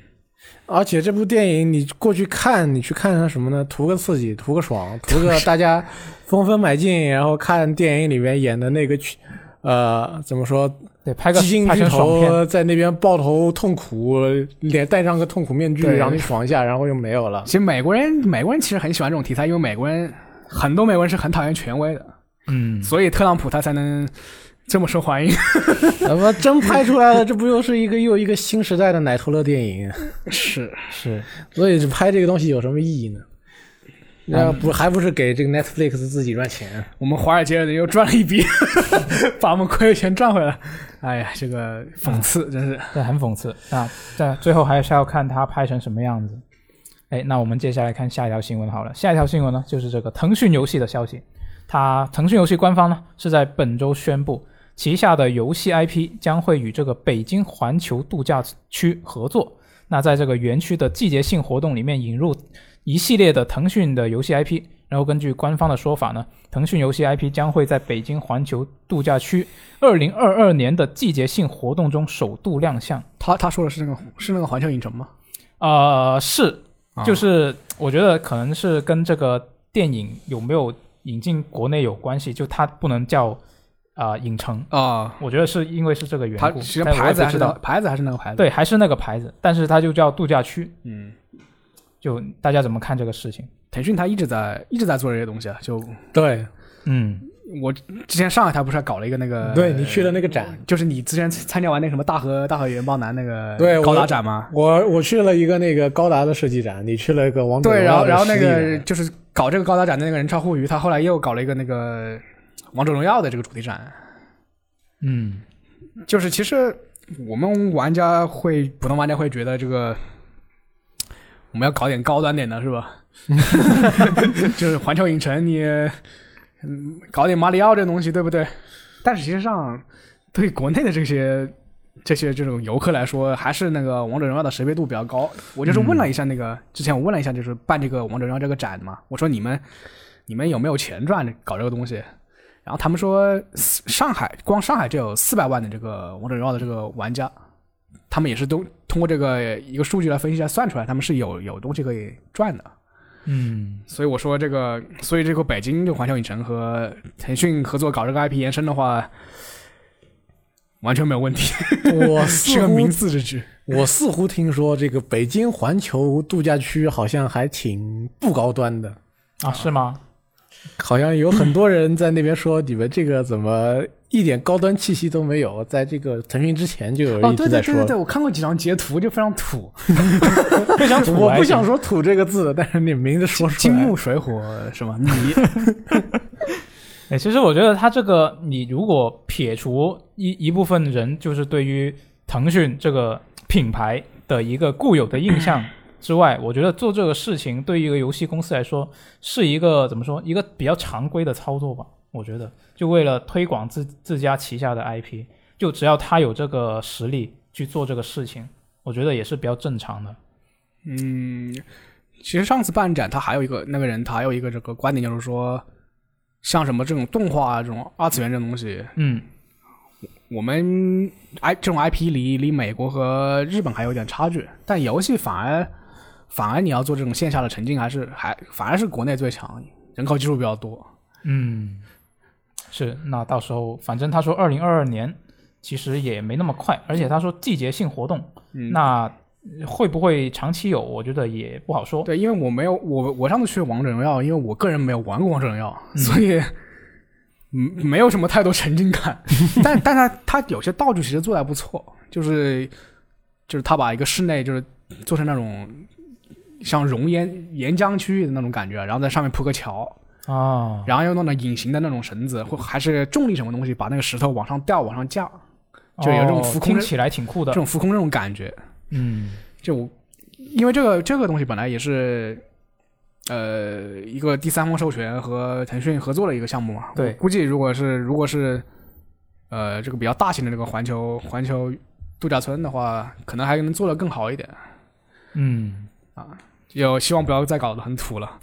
C: 而且这部电影你过去看，你去看它什么呢？图个刺激，图个爽，图个大家纷纷买进，然后看电影里面演的那个去，呃，怎么说，
A: 对，拍个
C: 激进
A: 拍
C: 巨
A: 成爽片，
C: 头在那边抱头痛苦，脸戴上个痛苦面具，
B: 对
C: 让你爽一下，然后又没
A: <laughs>
C: 有了
B: 其。实美国人美国人其实很喜欢这种题材，因为美国人很多美国人是很讨厌权威的，
A: 嗯，
B: 所以特朗普他才能这么受欢迎。
C: 怎么真拍出来了？这不又是一个又一个新时代的奶头乐电影？ <laughs>
B: 是，
A: 是
C: 所以拍这个东西有什么意义呢？
A: 嗯
C: 那不还不是给这个 Netflix 自己赚钱？
B: 我们华尔街人又赚了一笔， <laughs> 把我们亏的钱赚回来。哎呀，这个讽刺真是。
A: 这很讽刺啊！但最后还是要看他拍成什么样子。哎，那我们接下来看下一条新闻好了。下一条新闻呢，就是这个腾讯游戏的消息。它腾讯游戏官方呢是在本周宣布，旗下的游戏 IP 将会与这个北京环球度假区合作。那在这个园区的季节性活动里面引入一系列的腾讯的游戏 IP，然后根据官方的说法呢，腾讯游戏 IP 将会在北京环球度假区二零二二年的季节性活动中首度亮相。
B: 他他说的是那个是那个环球影城吗？
A: 呃，是，
B: 啊
A: 就是我觉得可能是跟这个电影有没有引进国内有关系，就它不能叫啊、呃影城，
B: 啊，
A: 我觉得是因为是这个缘
B: 它
A: 故。
B: 其实
A: 但我也
B: 牌子
A: 不
B: 还是
A: 知
B: 那
A: 道
B: 个，牌子还是那个牌子。，
A: 对，还是那个牌子，但是它就叫度假区。
B: 嗯，
A: 就大家怎么看这个事情？
B: 腾讯它一直在一直在做这些东西啊。就
C: 对，
A: 嗯，
B: 我之前上海它不是还搞了一个那个，
C: 对你去了那个展，
B: 就是你之前参加完那个什么大河大河原爆南那个
C: 对我
B: 高达展吗？
C: 我我去了一个那个高达的设计展，你去了一个王者
B: 对，
C: 荣
B: 然
C: 耀
B: 后
C: 的
B: 然后那
C: 实力
B: 个
C: 展
B: 就是搞这个高达展的那个人超互娱，他后来又搞了一个那个王者荣耀的这个主题展。
A: 嗯，
B: 就是其实我们玩家会，普通玩家会觉得这个我们要搞点高端点的，是吧？ <laughs> 就是环球影城你，嗯，搞点马里奥这东西，对不对？但是其实上，对国内的这些这些这种游客来说，还是那个王者荣耀的识别度比较高。我就是问了一下那个，之前我问了一下，就是办这个王者荣耀这个展嘛，我说你们你们有没有钱赚搞这个东西？然后他们说，四上海光上海就有四百万的这个王者荣耀的这个玩家，他们也是都通过这个一个数据来分析来算出来，他们是有有东西可以赚的。
A: 嗯，
B: 所以我说这个，所以这个北京这个环球影城和腾讯合作搞这个 IP 延伸的话，完全没有问题， <laughs>
C: <laughs> 我
B: 是
C: 似
B: 个
C: 乎
B: 明智之举。
C: 我似乎听说这个北京环球度假区好像还挺不高端的，
A: 啊，是吗？
C: 好像有很多人在那边说你们这个怎么一点高端气息都没有，在这个腾讯之前就有人
B: 哦，
C: 一
B: 对对
C: 直在
B: 对
C: 说
B: 对
C: 了。
B: 对，我看过几张截图，就非常土，
A: 非常土
C: 我不想
A: 说，
C: 说“土”这个字，但是你名字说出
B: 金
C: 来，
B: 木水火什么你
A: 哎，其实我觉得它这个，你如果撇除一一部分人就是对于腾讯这个品牌的一个固有的印象之外，我觉得做这个事情对于一个游戏公司来说是一个怎么说，一个比较常规的操作吧。我觉得，就为了推广自自家旗下的 IP，就只要他有这个实力去做这个事情，我觉得也是比较正常的。
B: 嗯，其实上次办展，他还有一个那个人，他还有一个这个观点，就是说，像什么这种动画啊，这种二次元这种东西，
A: 嗯
B: 我们 I 这种 IP 离离美国和日本还有点差距，但游戏反而反而你要做这种线下的沉浸，还是还反而是国内最强，人口基数比较多。
A: 嗯，是，那到时候反正他说二零二二年其实也没那么快，而且他说季节性活动，
B: 嗯
A: 那会不会长期有，我觉得也不好说。
B: 对，因为我没有我我上次去王者荣耀，因为我个人没有玩过王者荣耀，所以嗯没有什么太多沉浸感。但但它它有些道具其实做的还不错，就是就是它把一个室内就是做成那种像熔岩岩浆区域的那种感觉，然后在上面铺个桥，
A: 啊，
B: 然后又弄了隐形的那种绳子，或还是重力什么东西把那个石头往上吊往上架，就有这种
A: 哦
B: 浮空
A: 听
B: 人
A: 起来挺酷
B: 这
A: 的。
B: 种浮空这种感觉。
A: 嗯
B: 就我因为这个这个东西本来也是，呃，一个第三方授权和腾讯合作的一个项目嘛。
A: 对
B: 我估计如果是如果是，呃，这个比较大型的这个环球环球度假村的话，可能还能做得更好一点。
A: 嗯，
B: 就希望不要再搞得很土了。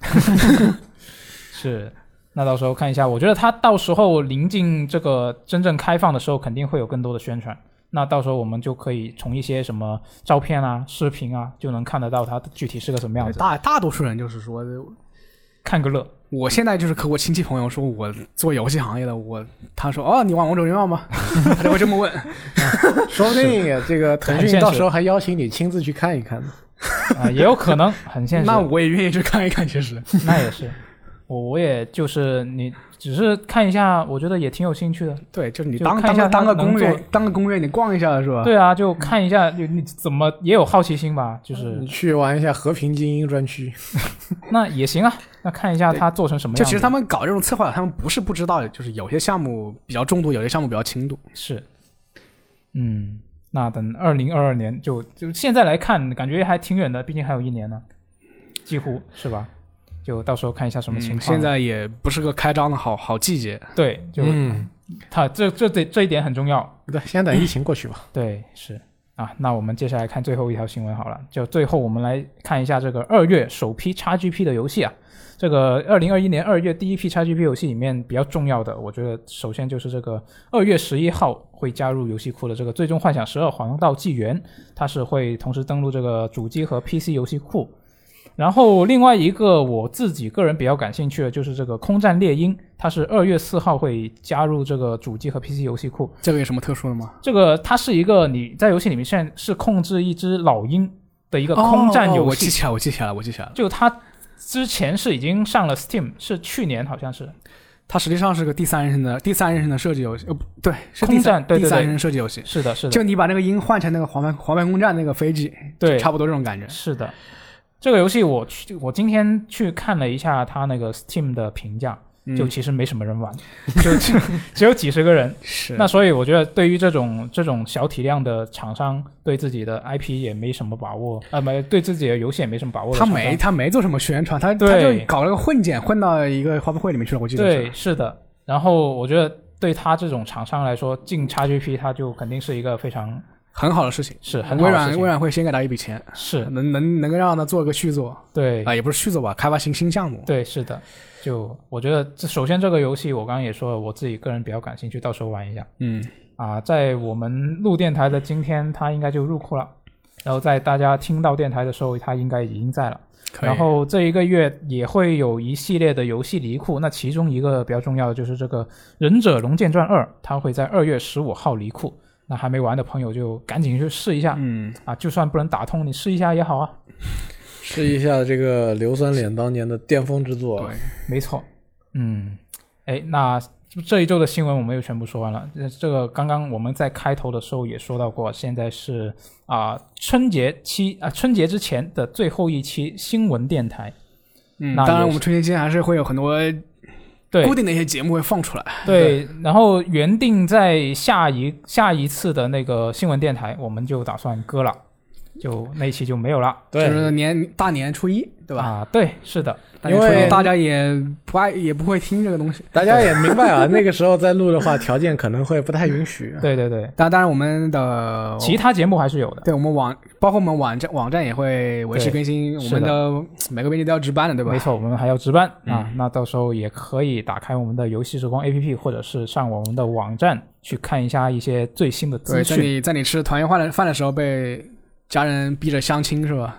A: 是。那到时候看一下，我觉得他到时候临近这个真正开放的时候，肯定会有更多的宣传。那到时候我们就可以从一些什么照片啊、视频啊，就能看得到它具体是个什么样子，
B: 大大多数人就是说，
A: 看个乐。
B: 我现在就是和我亲戚朋友说我做游戏行业的，我他说哦，你玩王者荣耀吗？ <laughs> 他就会这么问。
C: <laughs> 说不定这个腾
A: 很现
C: 讯
A: 实
C: 到时候还邀请你亲自去看一看呢。
A: 啊、也有可能很现实。
B: <laughs> 那我也愿意去看一看，其实。
A: <laughs> 那也是，我我也就是你，只是看一下，我觉得也挺有兴趣的。
B: 对，就是你
A: 就
B: 当
A: 看
B: 当
A: 一下
B: 个当个
A: 他能
B: 攻
A: 做
B: 略，当个攻略，你逛一下是吧？
A: 对啊，
B: 嗯
A: 就看一下，就你怎么也有好奇心吧，就是
C: 你去玩一下和平精英专区，
A: 那也行啊。那看一下他做成什么
B: 就
A: 样子。
B: 其实他们搞这种策划，他们不是不知道，就是有些项目比较重度，有些项目比较轻度。
A: 是，嗯，那等二零二二年就就现在来看，感觉还挺远的，毕竟还有一年呢，几乎是吧？就到时候看一下什么情
B: 嗯，
A: 况。
B: 现在也不是个开张的好好季节。
A: 对，就、
C: 嗯，
A: 他这这这这一点很重要。
C: 对，先等疫情过去吧。
A: 对，是啊。那我们接下来看最后一条新闻好了，就最后我们来看一下这个二月首批 XGP 的游戏啊。这个二零二一年二月第一批 XGP 游戏里面比较重要的，我觉得首先就是这个二月十一号会加入游戏库的这个《最终幻想十二：黄道纪元》，它是会同时登录这个主机和 PC 游戏库。然后另外一个我自己个人比较感兴趣的就是这个《空战猎鹰》，它是二月四号会加入这个主机和 PC 游戏库。
B: 这个有什么特殊的吗？
A: 这个它是一个你在游戏里面现在是控制一只老鹰的一个空战
B: 哦
A: 游
B: 我记
A: 戏，
B: 起来，我记起来了，我记起来了。
A: 就它之前是已经上了 Steam，是去年好像是
B: 它实际上是个第三人称的第三人称的射击游戏，呃，不对，是第
A: 空
B: 三
A: 战对对
B: 第三
A: 对
B: 人称射击游戏。
A: 是的是的
B: 就你把那个鹰换成那个黄牌黄牌空战那个飞机，
A: 对
B: 差不多这种感觉。
A: 是的，这个游戏我去我今天去看了一下它那个 Steam 的评价，
B: 嗯
A: 就其实没什么人玩，就就只有 <laughs> 几十个人。
B: 是
A: 那所以我觉得，对于这种这种小体量的厂商，对自己的 IP 也没什么把握，啊，没对自己的游戏也没什么把握的
B: 他
A: 厂商。
B: 没他没做什么宣传，他他
A: 对
B: 就搞了个混剪，混到一个发布会里面去了。我记得是
A: 对，是的。然后我觉得，对他这种厂商来说，进 XGP 它就肯定是一个非常
B: 很好的事情。
A: 是很好的
B: 微
A: 事
B: 软微
A: 情。
B: 软会先给他一笔钱，
A: 是，
B: 能能能够让他做个续作啊、
A: 对，
B: 也不是续作吧，开发新新项目。
A: 对，是的。就我觉得，这首先这个游戏我刚刚也说了，我自己个人比较感兴趣，到时候玩一下
B: 嗯，
A: 啊。在我们录电台的今天，它应该就入库了，然后在大家听到电台的时候，它应该已经在了。
B: 可以。
A: 然后这一个月也会有一系列的游戏离库，那其中一个比较重要的就是这个《忍者龙剑传二》，它会在二月十五号离库。那还没玩的朋友就赶紧去试一下、
B: 嗯，
A: 啊！就算不能打通，你试一下也好啊。
C: 试一下这个硫酸脸当年的巅峰之作。
B: 对，
A: 没错，嗯，哎，那这一周的新闻我们又全部说完了。这这个刚刚我们在开头的时候也说到过，现在是啊、春节期啊、春节之前的最后一期新闻电台。
B: 嗯，
A: 那
B: 当然
A: 也
B: 我们春节期间还是会有很多
A: 对，
B: 固定的一些节目会放出来。
A: 对，然后原定在下一下一次的那个新闻电台，我们就打算割了，就那一期就没有了，
C: 对，
B: 就是年大年初一，对吧？
A: 啊，对，是的，
B: 大年初一
C: 因为
B: 大家也不爱，也不会听这个东西。
C: 大家也明白啊，那个时候再录的话，条件可能会不太允
B: 嗯
C: 许。
A: 对对对，
B: 当当然，我们的
A: 其他节目还是有的，
B: 对我们网，包括我们网站网站也会维持
A: 对
B: 更新，我
A: 是
B: 们
A: 的
B: 的每个编辑都要值班的，对吧？嗯
A: 没错，我们还要值班啊，那到时候也可以打开我们的游戏时光 APP，或者是上我们的网站去看一下一些最新的
B: 对，
A: 资
B: 在
A: <laughs> 讯。
B: 你在你吃团圆饭的饭的时候被家人逼着相亲是吧？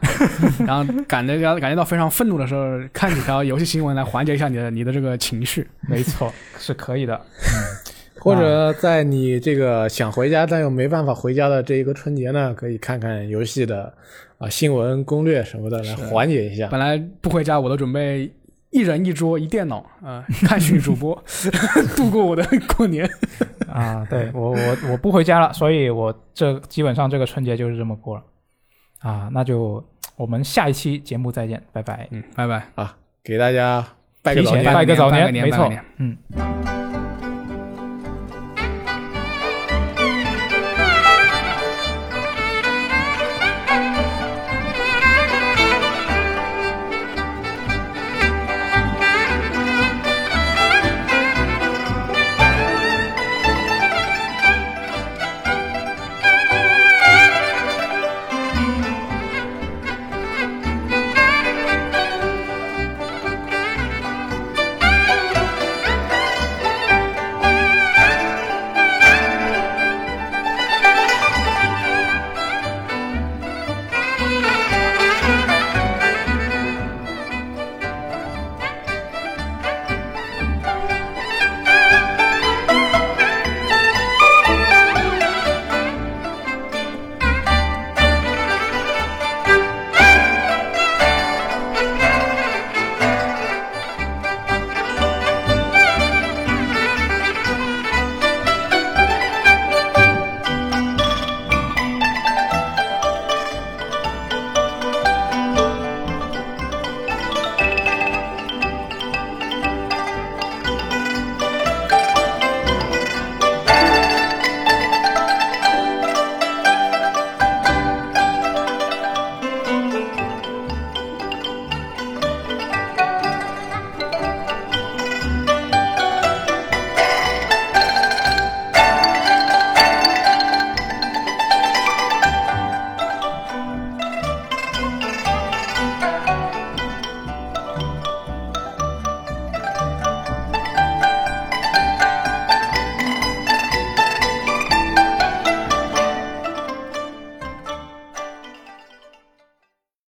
B: 然后感觉到感觉到非常愤怒的时候，看几条游戏新闻来缓解一下你的你的这个情绪。
A: 没错，是可以的。
C: 或者在你这个想回家但又没办法回家的这一个春节呢，可以看看游戏的啊、新闻攻略什么的来缓解一下。
B: 本来不回家，我都准备一人一桌一电脑啊、呃看虚拟主播， <laughs> 度过我的过年。
A: 啊，对我我我不回家了，所以我这基本上这个春节就是这么过了。啊，那就我们下一期节目再见，拜拜。
B: 嗯，拜拜，
C: 啊，给大家拜个
A: 提
C: 早
A: 前
C: 年。
A: 拜个早
B: 拜个
A: 没
B: 年拜个年拜
A: 错
B: 个年，
A: 嗯。
B: 拜